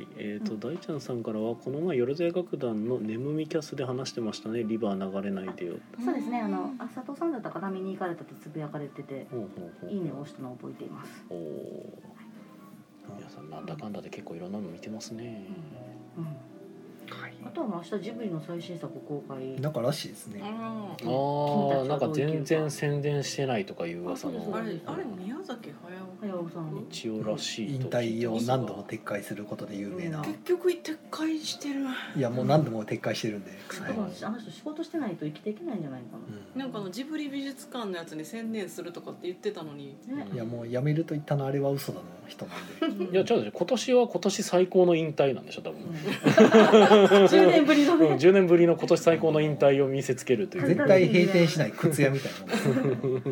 [SPEAKER 1] い、えーと大ちゃんさんからはこの前よろずや楽団の「眠みキャス」で話してましたね「リバー流れないでよ
[SPEAKER 3] そうですねあのあ佐藤さんだったかな見に行かれたってつぶやかれてて」
[SPEAKER 1] ほうほうほう
[SPEAKER 3] いいねを押したのを覚えています、
[SPEAKER 1] おお皆さんなんだかんだで結構いろんなの見てますね
[SPEAKER 3] うん、あとはまあ明日ジブリの最新作公開
[SPEAKER 2] なんからしいですね。
[SPEAKER 6] あ
[SPEAKER 1] あーなんか全然宣伝してないとかいう噂
[SPEAKER 3] あそう
[SPEAKER 6] あ
[SPEAKER 1] の
[SPEAKER 3] で
[SPEAKER 6] れあれ宮崎駿
[SPEAKER 3] 早尾さん
[SPEAKER 1] 一応らしい
[SPEAKER 2] 引
[SPEAKER 1] と
[SPEAKER 2] 退を何度も
[SPEAKER 1] 的
[SPEAKER 2] 撤回することで有名な、
[SPEAKER 6] 結局撤回してる
[SPEAKER 2] いやもう何度も撤回してるんで、
[SPEAKER 3] 多
[SPEAKER 2] はい
[SPEAKER 3] 分あの人仕事してないと生きていけないんじゃないか
[SPEAKER 2] うん
[SPEAKER 6] なんかあのジブリ美術館のやつに専念するとかって言ってたのに
[SPEAKER 3] な、ね
[SPEAKER 2] いやもうやめると言ったのあれは嘘だの人なんで
[SPEAKER 1] いやちょっと今年は今年最高の引退なんでしょ多分
[SPEAKER 3] うん
[SPEAKER 6] 10
[SPEAKER 3] 10年ぶりの
[SPEAKER 1] うん
[SPEAKER 3] ね
[SPEAKER 1] 10年ぶりの今年最高の引退を見せつけるという
[SPEAKER 2] 絶対閉店しない靴屋みたいなもん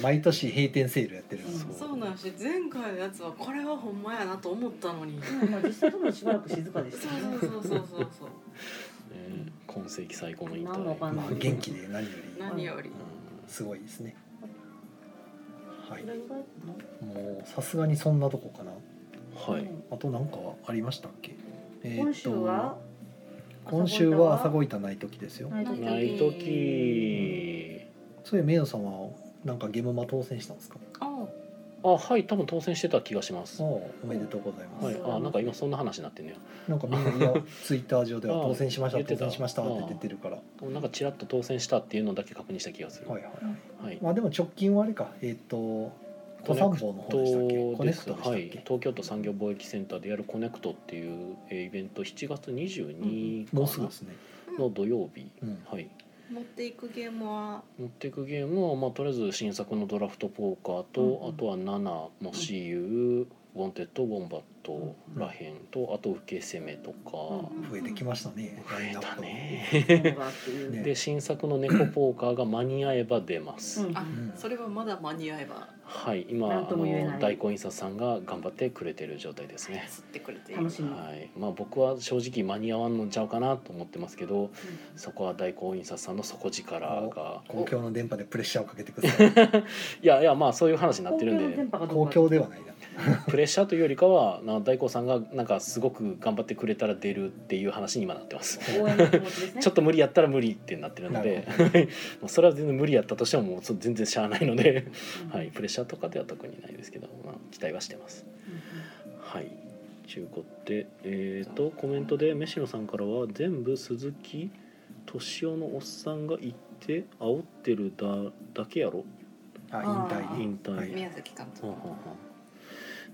[SPEAKER 2] 毎年閉店セールやってる
[SPEAKER 6] そうなんやし前回のやつはこれはほんまやなと思ったのに
[SPEAKER 3] うんまあ実際多分しばらく静かでし
[SPEAKER 6] そ
[SPEAKER 3] たね
[SPEAKER 6] うそうそうそうそうそう
[SPEAKER 1] ね今世紀最高の引
[SPEAKER 3] なんもわか
[SPEAKER 1] 退
[SPEAKER 3] ん
[SPEAKER 2] ま
[SPEAKER 3] ない
[SPEAKER 2] あ元気で何より
[SPEAKER 6] 何より
[SPEAKER 2] すごいですねはい
[SPEAKER 3] それ以外の
[SPEAKER 2] もうさすがにそんなとこかな
[SPEAKER 1] うんは
[SPEAKER 3] う
[SPEAKER 1] い
[SPEAKER 3] ん
[SPEAKER 2] あとなんかありましたっけえーっと
[SPEAKER 3] 今週は
[SPEAKER 2] 今週は朝ごいたない時ですよ
[SPEAKER 3] ないと
[SPEAKER 6] な
[SPEAKER 1] ない時
[SPEAKER 2] それ名誉さんはなんかゲムマ当選したんですか
[SPEAKER 6] あ
[SPEAKER 1] あはい多分当選してた気がします
[SPEAKER 2] おおめでとうございます、
[SPEAKER 1] はい、あなんか今そんな話になってんねや
[SPEAKER 2] なんかみんなツイッター上では
[SPEAKER 1] ああ
[SPEAKER 2] 当選しました
[SPEAKER 1] 言って
[SPEAKER 2] 当
[SPEAKER 1] た
[SPEAKER 2] 選しましたって出てるからは
[SPEAKER 1] なんかちらっと当選したっていうのだけ確認した気がする
[SPEAKER 2] いはいはい
[SPEAKER 1] はい
[SPEAKER 2] まあでも直近はあれかえーっと小三宝の方でしたっけコネクトでしたっ
[SPEAKER 1] は
[SPEAKER 2] け、
[SPEAKER 1] い東京都産業貿易センターでやるコネクトっていうえーイベント7月22
[SPEAKER 2] もうす
[SPEAKER 1] 日
[SPEAKER 2] ぐ
[SPEAKER 1] か
[SPEAKER 2] ですね
[SPEAKER 1] なの土曜日
[SPEAKER 2] うん
[SPEAKER 1] はい
[SPEAKER 6] 持っていくゲームは
[SPEAKER 1] 持っていくゲームは、まあ、とりあえず新作のドラフトポーカーと、
[SPEAKER 3] うんうん
[SPEAKER 1] あとは7の CU、ウォンテッドウォンバット
[SPEAKER 2] うん
[SPEAKER 1] らへんとあと受け攻めとか、
[SPEAKER 2] 増えてきましたね
[SPEAKER 1] 増えたね
[SPEAKER 2] ね
[SPEAKER 1] で新作の猫ポーカーが間に合えば出ます、
[SPEAKER 3] うん
[SPEAKER 6] あ、
[SPEAKER 2] ん
[SPEAKER 6] それはまだ間に合えば
[SPEAKER 1] はい今
[SPEAKER 3] な
[SPEAKER 1] あ
[SPEAKER 3] んとも言えない
[SPEAKER 1] の大根印刷さんが頑張ってくれてる状態ですね
[SPEAKER 6] 吸ってくれている
[SPEAKER 3] 楽しみ
[SPEAKER 1] はいまあ、僕は正直間に合わんのちゃうかなと思ってますけど、そこは大根印刷さんの底力が
[SPEAKER 2] 公共の電波でプレッシャーをかけてくだ さい
[SPEAKER 1] いやいやまあそういう話になってるんで
[SPEAKER 2] 公共ではないな
[SPEAKER 1] プレッシャーというよりかはな大光さんがなんかすごく頑張ってくれたら出るっていう話に今なってます。
[SPEAKER 3] 応援の気持ちですね
[SPEAKER 1] ちょっと無理やったら無理ってなってるのでもうそれは全然無理やったとしてももうそう全然しゃあないので、はい、プレッシャーとかでは特にないですけど、まあ、期待はしてます。はい中古でえー、とコメントで飯野さんからは全部鈴木敏夫のおっさんが言って煽ってるだだけやろ
[SPEAKER 2] あ
[SPEAKER 6] あ
[SPEAKER 2] 引
[SPEAKER 6] ー
[SPEAKER 2] 退
[SPEAKER 1] 引退。
[SPEAKER 2] はい
[SPEAKER 6] 宮崎監督
[SPEAKER 1] はあはあはあ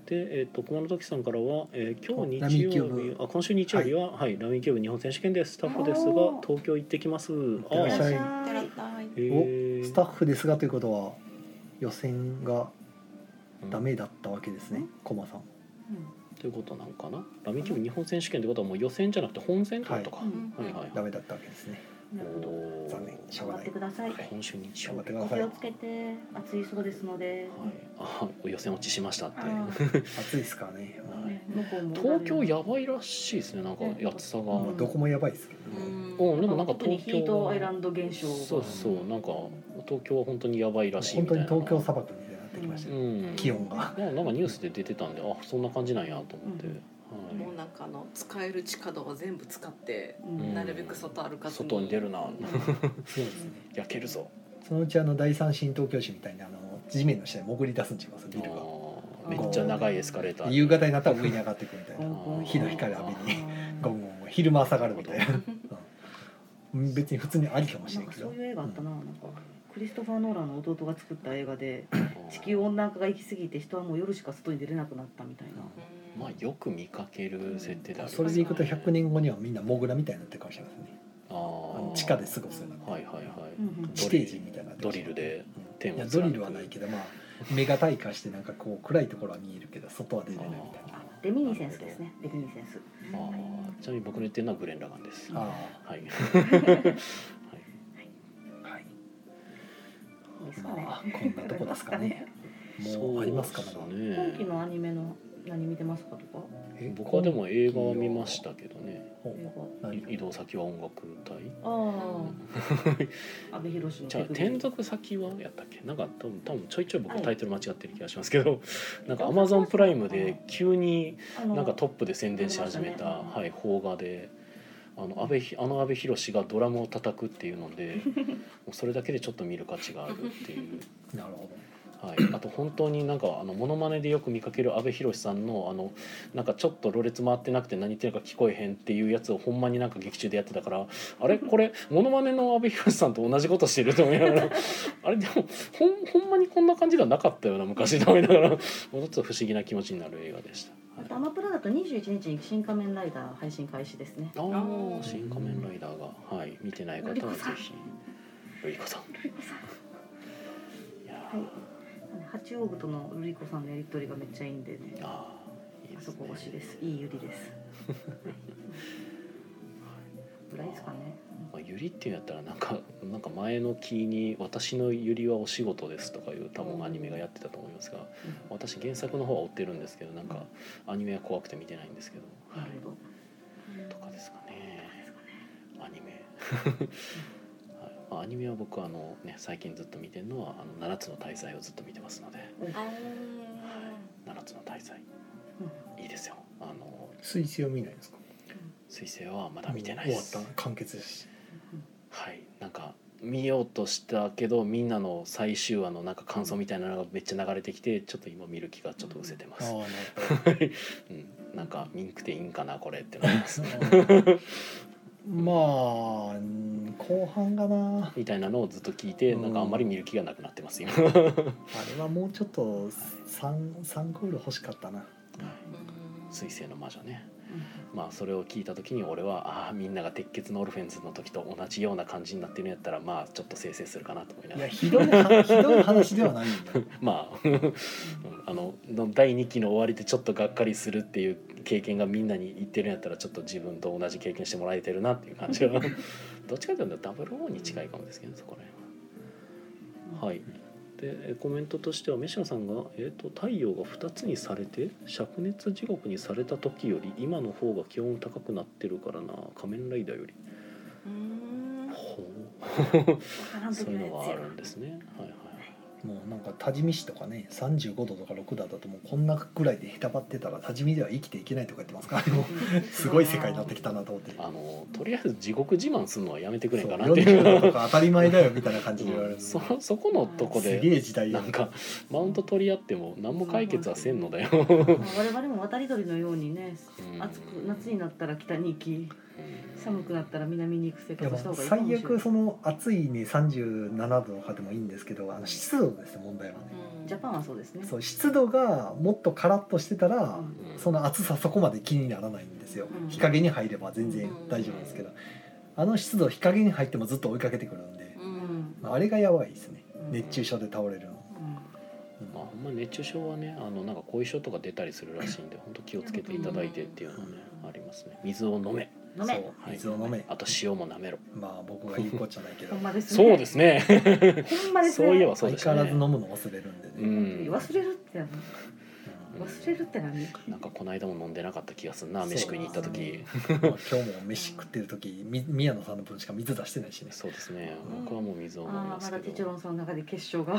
[SPEAKER 1] で、えっと熊野時さんからは、えー今
[SPEAKER 2] お
[SPEAKER 1] 日日曜
[SPEAKER 2] ラミーキュー
[SPEAKER 1] 日あ今週日曜日は、はいラミーキューブ日本選手権でスタッフですが
[SPEAKER 3] あー
[SPEAKER 1] 東京行ってきます
[SPEAKER 2] てらっしゃい
[SPEAKER 6] いただきたい
[SPEAKER 1] え
[SPEAKER 2] スタッフですがということは予選がダメだったわけですね駒さん
[SPEAKER 1] ということなんかなラミーキューブ日本選手権ってことはもう予選じゃなくて本戦ってことか、
[SPEAKER 3] う
[SPEAKER 1] は
[SPEAKER 3] ん
[SPEAKER 1] い、はいはい
[SPEAKER 2] ダメだったわけですね
[SPEAKER 1] おー
[SPEAKER 2] 残念しょ
[SPEAKER 3] 頑
[SPEAKER 2] うがな
[SPEAKER 3] 張っ
[SPEAKER 2] い
[SPEAKER 3] てください
[SPEAKER 1] 今週日曜
[SPEAKER 2] 頑張っ
[SPEAKER 1] 日
[SPEAKER 2] てく
[SPEAKER 3] お
[SPEAKER 2] ださい
[SPEAKER 3] 気をつけて暑いそうですので
[SPEAKER 1] はい、あ予選落ちしましたって
[SPEAKER 3] あー
[SPEAKER 2] 暑いですからねま
[SPEAKER 1] はい
[SPEAKER 3] ね向こうも
[SPEAKER 1] 東京やばいらしいですねなんか
[SPEAKER 3] ね
[SPEAKER 1] やつさが、
[SPEAKER 2] あ
[SPEAKER 3] う
[SPEAKER 2] まあ
[SPEAKER 3] ん
[SPEAKER 2] どこもやばいですけ
[SPEAKER 6] う
[SPEAKER 2] どね
[SPEAKER 6] ん
[SPEAKER 1] うんで
[SPEAKER 3] で
[SPEAKER 1] も
[SPEAKER 3] も
[SPEAKER 1] な
[SPEAKER 3] なんん
[SPEAKER 1] か
[SPEAKER 3] か
[SPEAKER 1] 東京
[SPEAKER 3] 特にヒートアイランド現象が
[SPEAKER 1] そうそうなんか東京は本当にやばいらしい
[SPEAKER 2] 本
[SPEAKER 1] みた
[SPEAKER 2] 当
[SPEAKER 1] いな
[SPEAKER 2] に東京砂漠みたいになってきましたよ
[SPEAKER 1] うん
[SPEAKER 2] 気温が
[SPEAKER 1] まあなんかニュースで出てたんであそんな感じなんやと思って、
[SPEAKER 3] う
[SPEAKER 6] もう
[SPEAKER 1] はい、
[SPEAKER 6] なんかあの使える地下道は全部使って
[SPEAKER 3] うん
[SPEAKER 1] うん
[SPEAKER 6] なるべく外歩かずに
[SPEAKER 1] 外に出るな
[SPEAKER 2] そうですね
[SPEAKER 1] 焼けるぞ
[SPEAKER 2] そのうちあの第三新東京市みたいにあの地面の下に潜り出すんちゃいますビルが
[SPEAKER 1] あーめっちゃ長いエスカレーター
[SPEAKER 2] 夕方になったら上に上がってくみたい
[SPEAKER 3] ゴ
[SPEAKER 2] な
[SPEAKER 3] ンゴン
[SPEAKER 2] 火の光浴びに
[SPEAKER 3] あ
[SPEAKER 2] ゴンゴン昼間朝がるみたいなうん別に普通にありかも
[SPEAKER 3] ー
[SPEAKER 2] し
[SPEAKER 3] な
[SPEAKER 2] れ
[SPEAKER 3] ん
[SPEAKER 2] ん
[SPEAKER 3] か
[SPEAKER 2] け
[SPEAKER 3] そ
[SPEAKER 2] ど
[SPEAKER 3] ういう映画あったななんかクリストファー・ノーランの弟が作った映画で地球温暖化が行き過ぎて人はもう夜しか外に出れなくなったみたいな
[SPEAKER 6] うん
[SPEAKER 1] まあよく見かける設定でありますね
[SPEAKER 2] それでいくと100年後にはみんなモグラみたいになってるかもしれないですね
[SPEAKER 1] あ
[SPEAKER 2] あ
[SPEAKER 1] ー
[SPEAKER 2] の地下で過ごすような
[SPEAKER 1] はいはいはい、
[SPEAKER 3] うんうん
[SPEAKER 2] 地底人みたいになって
[SPEAKER 1] ド
[SPEAKER 2] るか
[SPEAKER 1] リル
[SPEAKER 2] もしれない
[SPEAKER 1] で
[SPEAKER 2] うんいやドリルはないけどまあ目が退化してなんかこう暗いところは見えるけど外は出れないみたいな
[SPEAKER 3] あデミニセンスですねデミニセンス
[SPEAKER 1] あーちなみに僕の言ってるのはグレン・ラガンですは
[SPEAKER 2] あ
[SPEAKER 1] い、はい、
[SPEAKER 2] あはい
[SPEAKER 3] いいですかね
[SPEAKER 2] まあこんなとこです かねもうありますかまだ
[SPEAKER 1] そうです
[SPEAKER 3] 今期
[SPEAKER 1] ね
[SPEAKER 3] のアニメの何見てますかとか
[SPEAKER 2] え
[SPEAKER 1] 僕はでも映画は見ましたけどね
[SPEAKER 2] ほ
[SPEAKER 3] 映
[SPEAKER 2] う
[SPEAKER 3] 画
[SPEAKER 2] 何
[SPEAKER 1] 移動先は音楽隊
[SPEAKER 3] あ あ阿部寛の
[SPEAKER 1] じゃあ
[SPEAKER 3] 手首
[SPEAKER 1] 転属先はやったっけなんか多分多分ちょいちょい僕タイトル間違ってる気がしますけど、 なんかアマゾンプライムで急に
[SPEAKER 3] あの
[SPEAKER 1] なんかトップで宣伝し始めた、
[SPEAKER 3] ありました
[SPEAKER 1] はい邦画で。あの安倍ひあの安倍寛がドラムを叩くっていうので もうそれだけでちょっと見る価値があるっていう、
[SPEAKER 2] なるほど
[SPEAKER 1] はい、あと本当になんかあのモノマネでよく見かける安倍寛さんのあのなんかちょっとろれつ回ってなくて何言ってるか聞こえへんっていうやつをほんまになんか劇中でやってたからあれこれモノマネの安倍寛さんと同じことしてると思いながら あれでもほんほんまにこんな感じではなかったような昔と思いながらもうちょっと不思議な気持ちになる映画でした。
[SPEAKER 3] あ
[SPEAKER 1] はい
[SPEAKER 3] とアマプラだと21日に新仮面ライダー配信開始ですね
[SPEAKER 1] ああ、
[SPEAKER 6] ー
[SPEAKER 1] 新仮面ライダーが、はい、見てない方はぜひ。ルリコさん。いやー、
[SPEAKER 3] 八王子とのルリコさんのやりとりがめっちゃいいんでね
[SPEAKER 1] あーいい
[SPEAKER 3] あ
[SPEAKER 1] で
[SPEAKER 3] そ
[SPEAKER 1] す
[SPEAKER 3] こ推し
[SPEAKER 1] ね。
[SPEAKER 3] ですいいゆりですぐらいですかね。
[SPEAKER 1] まあ、ゆりっていうんやったらなんか なんか前の期に「私のゆりはお仕事です」とかいう多分アニメがやってたと思いますが
[SPEAKER 3] う
[SPEAKER 1] 私原作の方は追ってるんですけどなんかアニメは怖くて見てないんですけど、
[SPEAKER 3] んな
[SPEAKER 1] は
[SPEAKER 3] るほ
[SPEAKER 1] い、
[SPEAKER 3] ど。
[SPEAKER 1] とかですかねアニメ、はいまあアニメは 僕あの、ね、最近ずっと見てるのは「あの七つの大罪」をずっと見てますので
[SPEAKER 6] あ
[SPEAKER 1] 「七つの大罪」いいですよあの
[SPEAKER 2] 水星を見ないんですか
[SPEAKER 1] 彗星はまだ見てないです
[SPEAKER 2] 終わった完結ですし
[SPEAKER 1] はいなんか見ようとしたけどみんなの最終話のなんか感想みたいなのがめっちゃ流れてきてちょっと今見る気がちょっと失せてま
[SPEAKER 2] ああ
[SPEAKER 1] す、
[SPEAKER 2] な
[SPEAKER 1] うん、なんかミンクでいいんかなこれってなります
[SPEAKER 2] るほ どまあうん後半がな
[SPEAKER 1] みたいなのをずっと聞いて
[SPEAKER 2] うん
[SPEAKER 1] なんかあんまり見る気がなくなってます今
[SPEAKER 2] あれはもうちょっと三三クール欲しかったな
[SPEAKER 1] 彗星の魔女ねまあそれを聞いた時に俺はああみんなが鉄血のオルフェンズの時と同じような感じになってるんやったらまあちょっと生成するかなと思いないが
[SPEAKER 2] や
[SPEAKER 1] ら
[SPEAKER 2] ひどい はひどい話ではないんだよ
[SPEAKER 1] まあうんあ のの第2期の終わりでちょっとがっかりするっていう経験がみんなに言ってるんやったらちょっと自分と同じ経験してもらえてるなっていう感じは どっちかというとダブルオーに近いかもですけどそこら辺は。はいでえコメントとしては飯野さんが、えーと「太陽が2つにされて灼熱地獄にされた時より今の方が気温高くなってるからな仮面ライダーより」ほうそういうのがあるんですね。はいはい
[SPEAKER 2] もうなんか多治見市とかね35度とか6度だともうこんなぐらいでへたばってたら多治見では生きていけないとか言ってます からもうすごい世界になってきたなと思って
[SPEAKER 1] あのとりあえず地獄自慢するのはやめてくれんかなっていう
[SPEAKER 2] 40度とか当たり前だよみたいな感じで言われる
[SPEAKER 1] うんそそこのとこ
[SPEAKER 2] すげ
[SPEAKER 1] で
[SPEAKER 2] え時代
[SPEAKER 1] な
[SPEAKER 2] や
[SPEAKER 1] んかマウント取り合っても何も解決はせんのだよ、
[SPEAKER 3] まあ我々も渡り鳥のようにね
[SPEAKER 1] うん
[SPEAKER 3] 暑く夏になったら北に行き寒くなったら南に行く生
[SPEAKER 2] いや
[SPEAKER 3] 活
[SPEAKER 2] も
[SPEAKER 3] をした
[SPEAKER 2] う
[SPEAKER 3] 方がいいかも
[SPEAKER 2] 最
[SPEAKER 3] しれない
[SPEAKER 2] 悪その暑いね37度とかでもいいんですけどあの湿度ですね問題はね
[SPEAKER 3] ジャパンはそうですね
[SPEAKER 2] そう湿度がもっとカラッとしてたら
[SPEAKER 3] うん
[SPEAKER 1] うん
[SPEAKER 2] その暑さそこまで気にならないんですよ
[SPEAKER 3] うん
[SPEAKER 2] 日陰に入れば全然大丈夫ですけどあの湿度日陰に入ってもずっと追いかけてくるんで
[SPEAKER 3] うん
[SPEAKER 2] あれがやばいですね
[SPEAKER 3] うん
[SPEAKER 2] 熱中症で倒れるの
[SPEAKER 1] まあほんま熱中症はねあのなんか後遺症とか出たりするらしいんで本当気をつけていただいてっていうのはねありますね水を飲め
[SPEAKER 2] そ
[SPEAKER 3] 飲め
[SPEAKER 2] う水を飲め
[SPEAKER 1] あと塩も舐めろ
[SPEAKER 2] まあ僕が言うことじゃないけ
[SPEAKER 3] ほ
[SPEAKER 2] ど
[SPEAKER 3] んまですね
[SPEAKER 1] そうですね
[SPEAKER 3] ほんまですね
[SPEAKER 1] そういえばそう
[SPEAKER 2] 相
[SPEAKER 1] です
[SPEAKER 2] 変わらず飲
[SPEAKER 1] ね
[SPEAKER 2] むの忘れるんで
[SPEAKER 1] う
[SPEAKER 2] ね
[SPEAKER 1] ん
[SPEAKER 3] 忘れるって何
[SPEAKER 2] うん
[SPEAKER 3] 忘れるって何
[SPEAKER 1] なんかこの間も飲んでなかった気がするな
[SPEAKER 2] そう
[SPEAKER 1] 飯食いに行った時
[SPEAKER 2] まあ今日も飯食ってる時み宮野さんの分しか水出してないしね
[SPEAKER 1] そうですね
[SPEAKER 3] うん
[SPEAKER 1] 僕はもう水を飲み
[SPEAKER 3] あ
[SPEAKER 1] ま
[SPEAKER 3] あますだ
[SPEAKER 1] け
[SPEAKER 3] テチロ
[SPEAKER 1] ど
[SPEAKER 3] ンさんの中で結晶が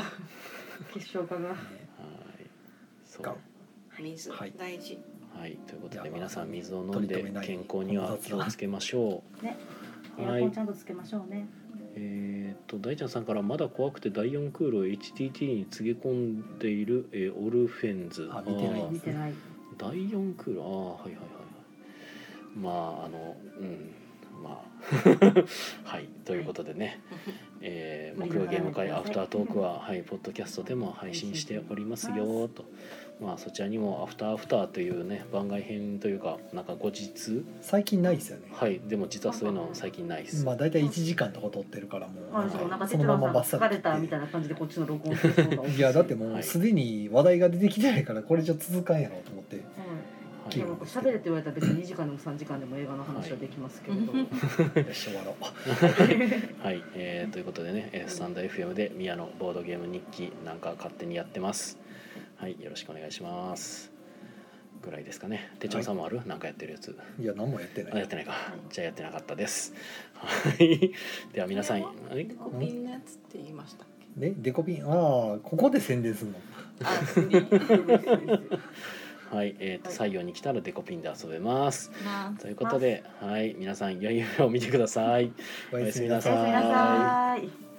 [SPEAKER 3] 結晶化が
[SPEAKER 1] はいそう
[SPEAKER 2] が
[SPEAKER 6] 水
[SPEAKER 2] はい
[SPEAKER 6] 大事。
[SPEAKER 1] はい、ということ
[SPEAKER 2] い
[SPEAKER 1] で
[SPEAKER 2] や
[SPEAKER 1] 皆さん水を飲ん
[SPEAKER 2] 取り
[SPEAKER 1] で
[SPEAKER 2] 留めない
[SPEAKER 1] 健康には気をつけましょう。
[SPEAKER 3] ねエ
[SPEAKER 1] は
[SPEAKER 3] アコン
[SPEAKER 1] い
[SPEAKER 3] ち、ゃんとつけましょうね
[SPEAKER 1] えーっと大ちゃんさんからまだ怖くて第4クールを HTT に告げ込んでいる、えーオルフェンズ。
[SPEAKER 2] あ見てない
[SPEAKER 1] あー
[SPEAKER 3] 見てない
[SPEAKER 1] 第4クール、ああはいはいはいはい。まああのうんまあ はいということでね、えー木曜ゲーム会アフタートークははいポッドキャストでも配信しておりますよと。まあそちらにもアフターアフターというね番外編というかなんか後日
[SPEAKER 2] 最近ないですよね、
[SPEAKER 1] はい、でも実はそういうの最近ないです。
[SPEAKER 2] まあ大体1時間とか撮ってるからもう
[SPEAKER 3] あ
[SPEAKER 2] なん
[SPEAKER 3] でもなん
[SPEAKER 2] か
[SPEAKER 3] かテ
[SPEAKER 2] そ
[SPEAKER 3] チ
[SPEAKER 2] の
[SPEAKER 3] ロ
[SPEAKER 2] ま
[SPEAKER 3] ンさ
[SPEAKER 2] まバッサ
[SPEAKER 3] んが
[SPEAKER 2] リ切
[SPEAKER 3] 疲れ
[SPEAKER 2] って
[SPEAKER 3] たみたいな感じでこっちの録音してそう
[SPEAKER 2] いやだっても
[SPEAKER 1] は
[SPEAKER 2] う
[SPEAKER 1] い
[SPEAKER 2] すでに話題が出てきてないからこれじゃ続かんやろうと思って
[SPEAKER 1] はい
[SPEAKER 2] い
[SPEAKER 3] でも喋れって言われたら別に2時間でも3時間でも映画の話はできますけれど、
[SPEAKER 6] はい
[SPEAKER 2] よし終わろう
[SPEAKER 1] はい、えーということでね、えースタンド FM で宮野ボードゲーム日記なんか勝手にやってます。はい、よろしくお願いします。ぐらいですかね。手帳さんもある、なんかやってるやつ。
[SPEAKER 2] いや何もやってな
[SPEAKER 1] あ、や
[SPEAKER 2] い
[SPEAKER 1] ってないか。じゃあやってなかったです。はい。では皆さん、
[SPEAKER 6] こ
[SPEAKER 1] はい
[SPEAKER 6] デコピンのやつって言いましたっけ？
[SPEAKER 2] ねデコピンああここで宣伝するの
[SPEAKER 6] あ、すり
[SPEAKER 1] はい、えーと、採用に来たらデコピンで遊べます。
[SPEAKER 6] ま
[SPEAKER 1] ということで、はい、皆さん良い夢を見てください。
[SPEAKER 2] お
[SPEAKER 1] お
[SPEAKER 2] や
[SPEAKER 1] や
[SPEAKER 2] す
[SPEAKER 1] す
[SPEAKER 2] み
[SPEAKER 1] み
[SPEAKER 2] な
[SPEAKER 1] な
[SPEAKER 2] さ
[SPEAKER 1] さ
[SPEAKER 2] い
[SPEAKER 1] い
[SPEAKER 3] おやすみなさい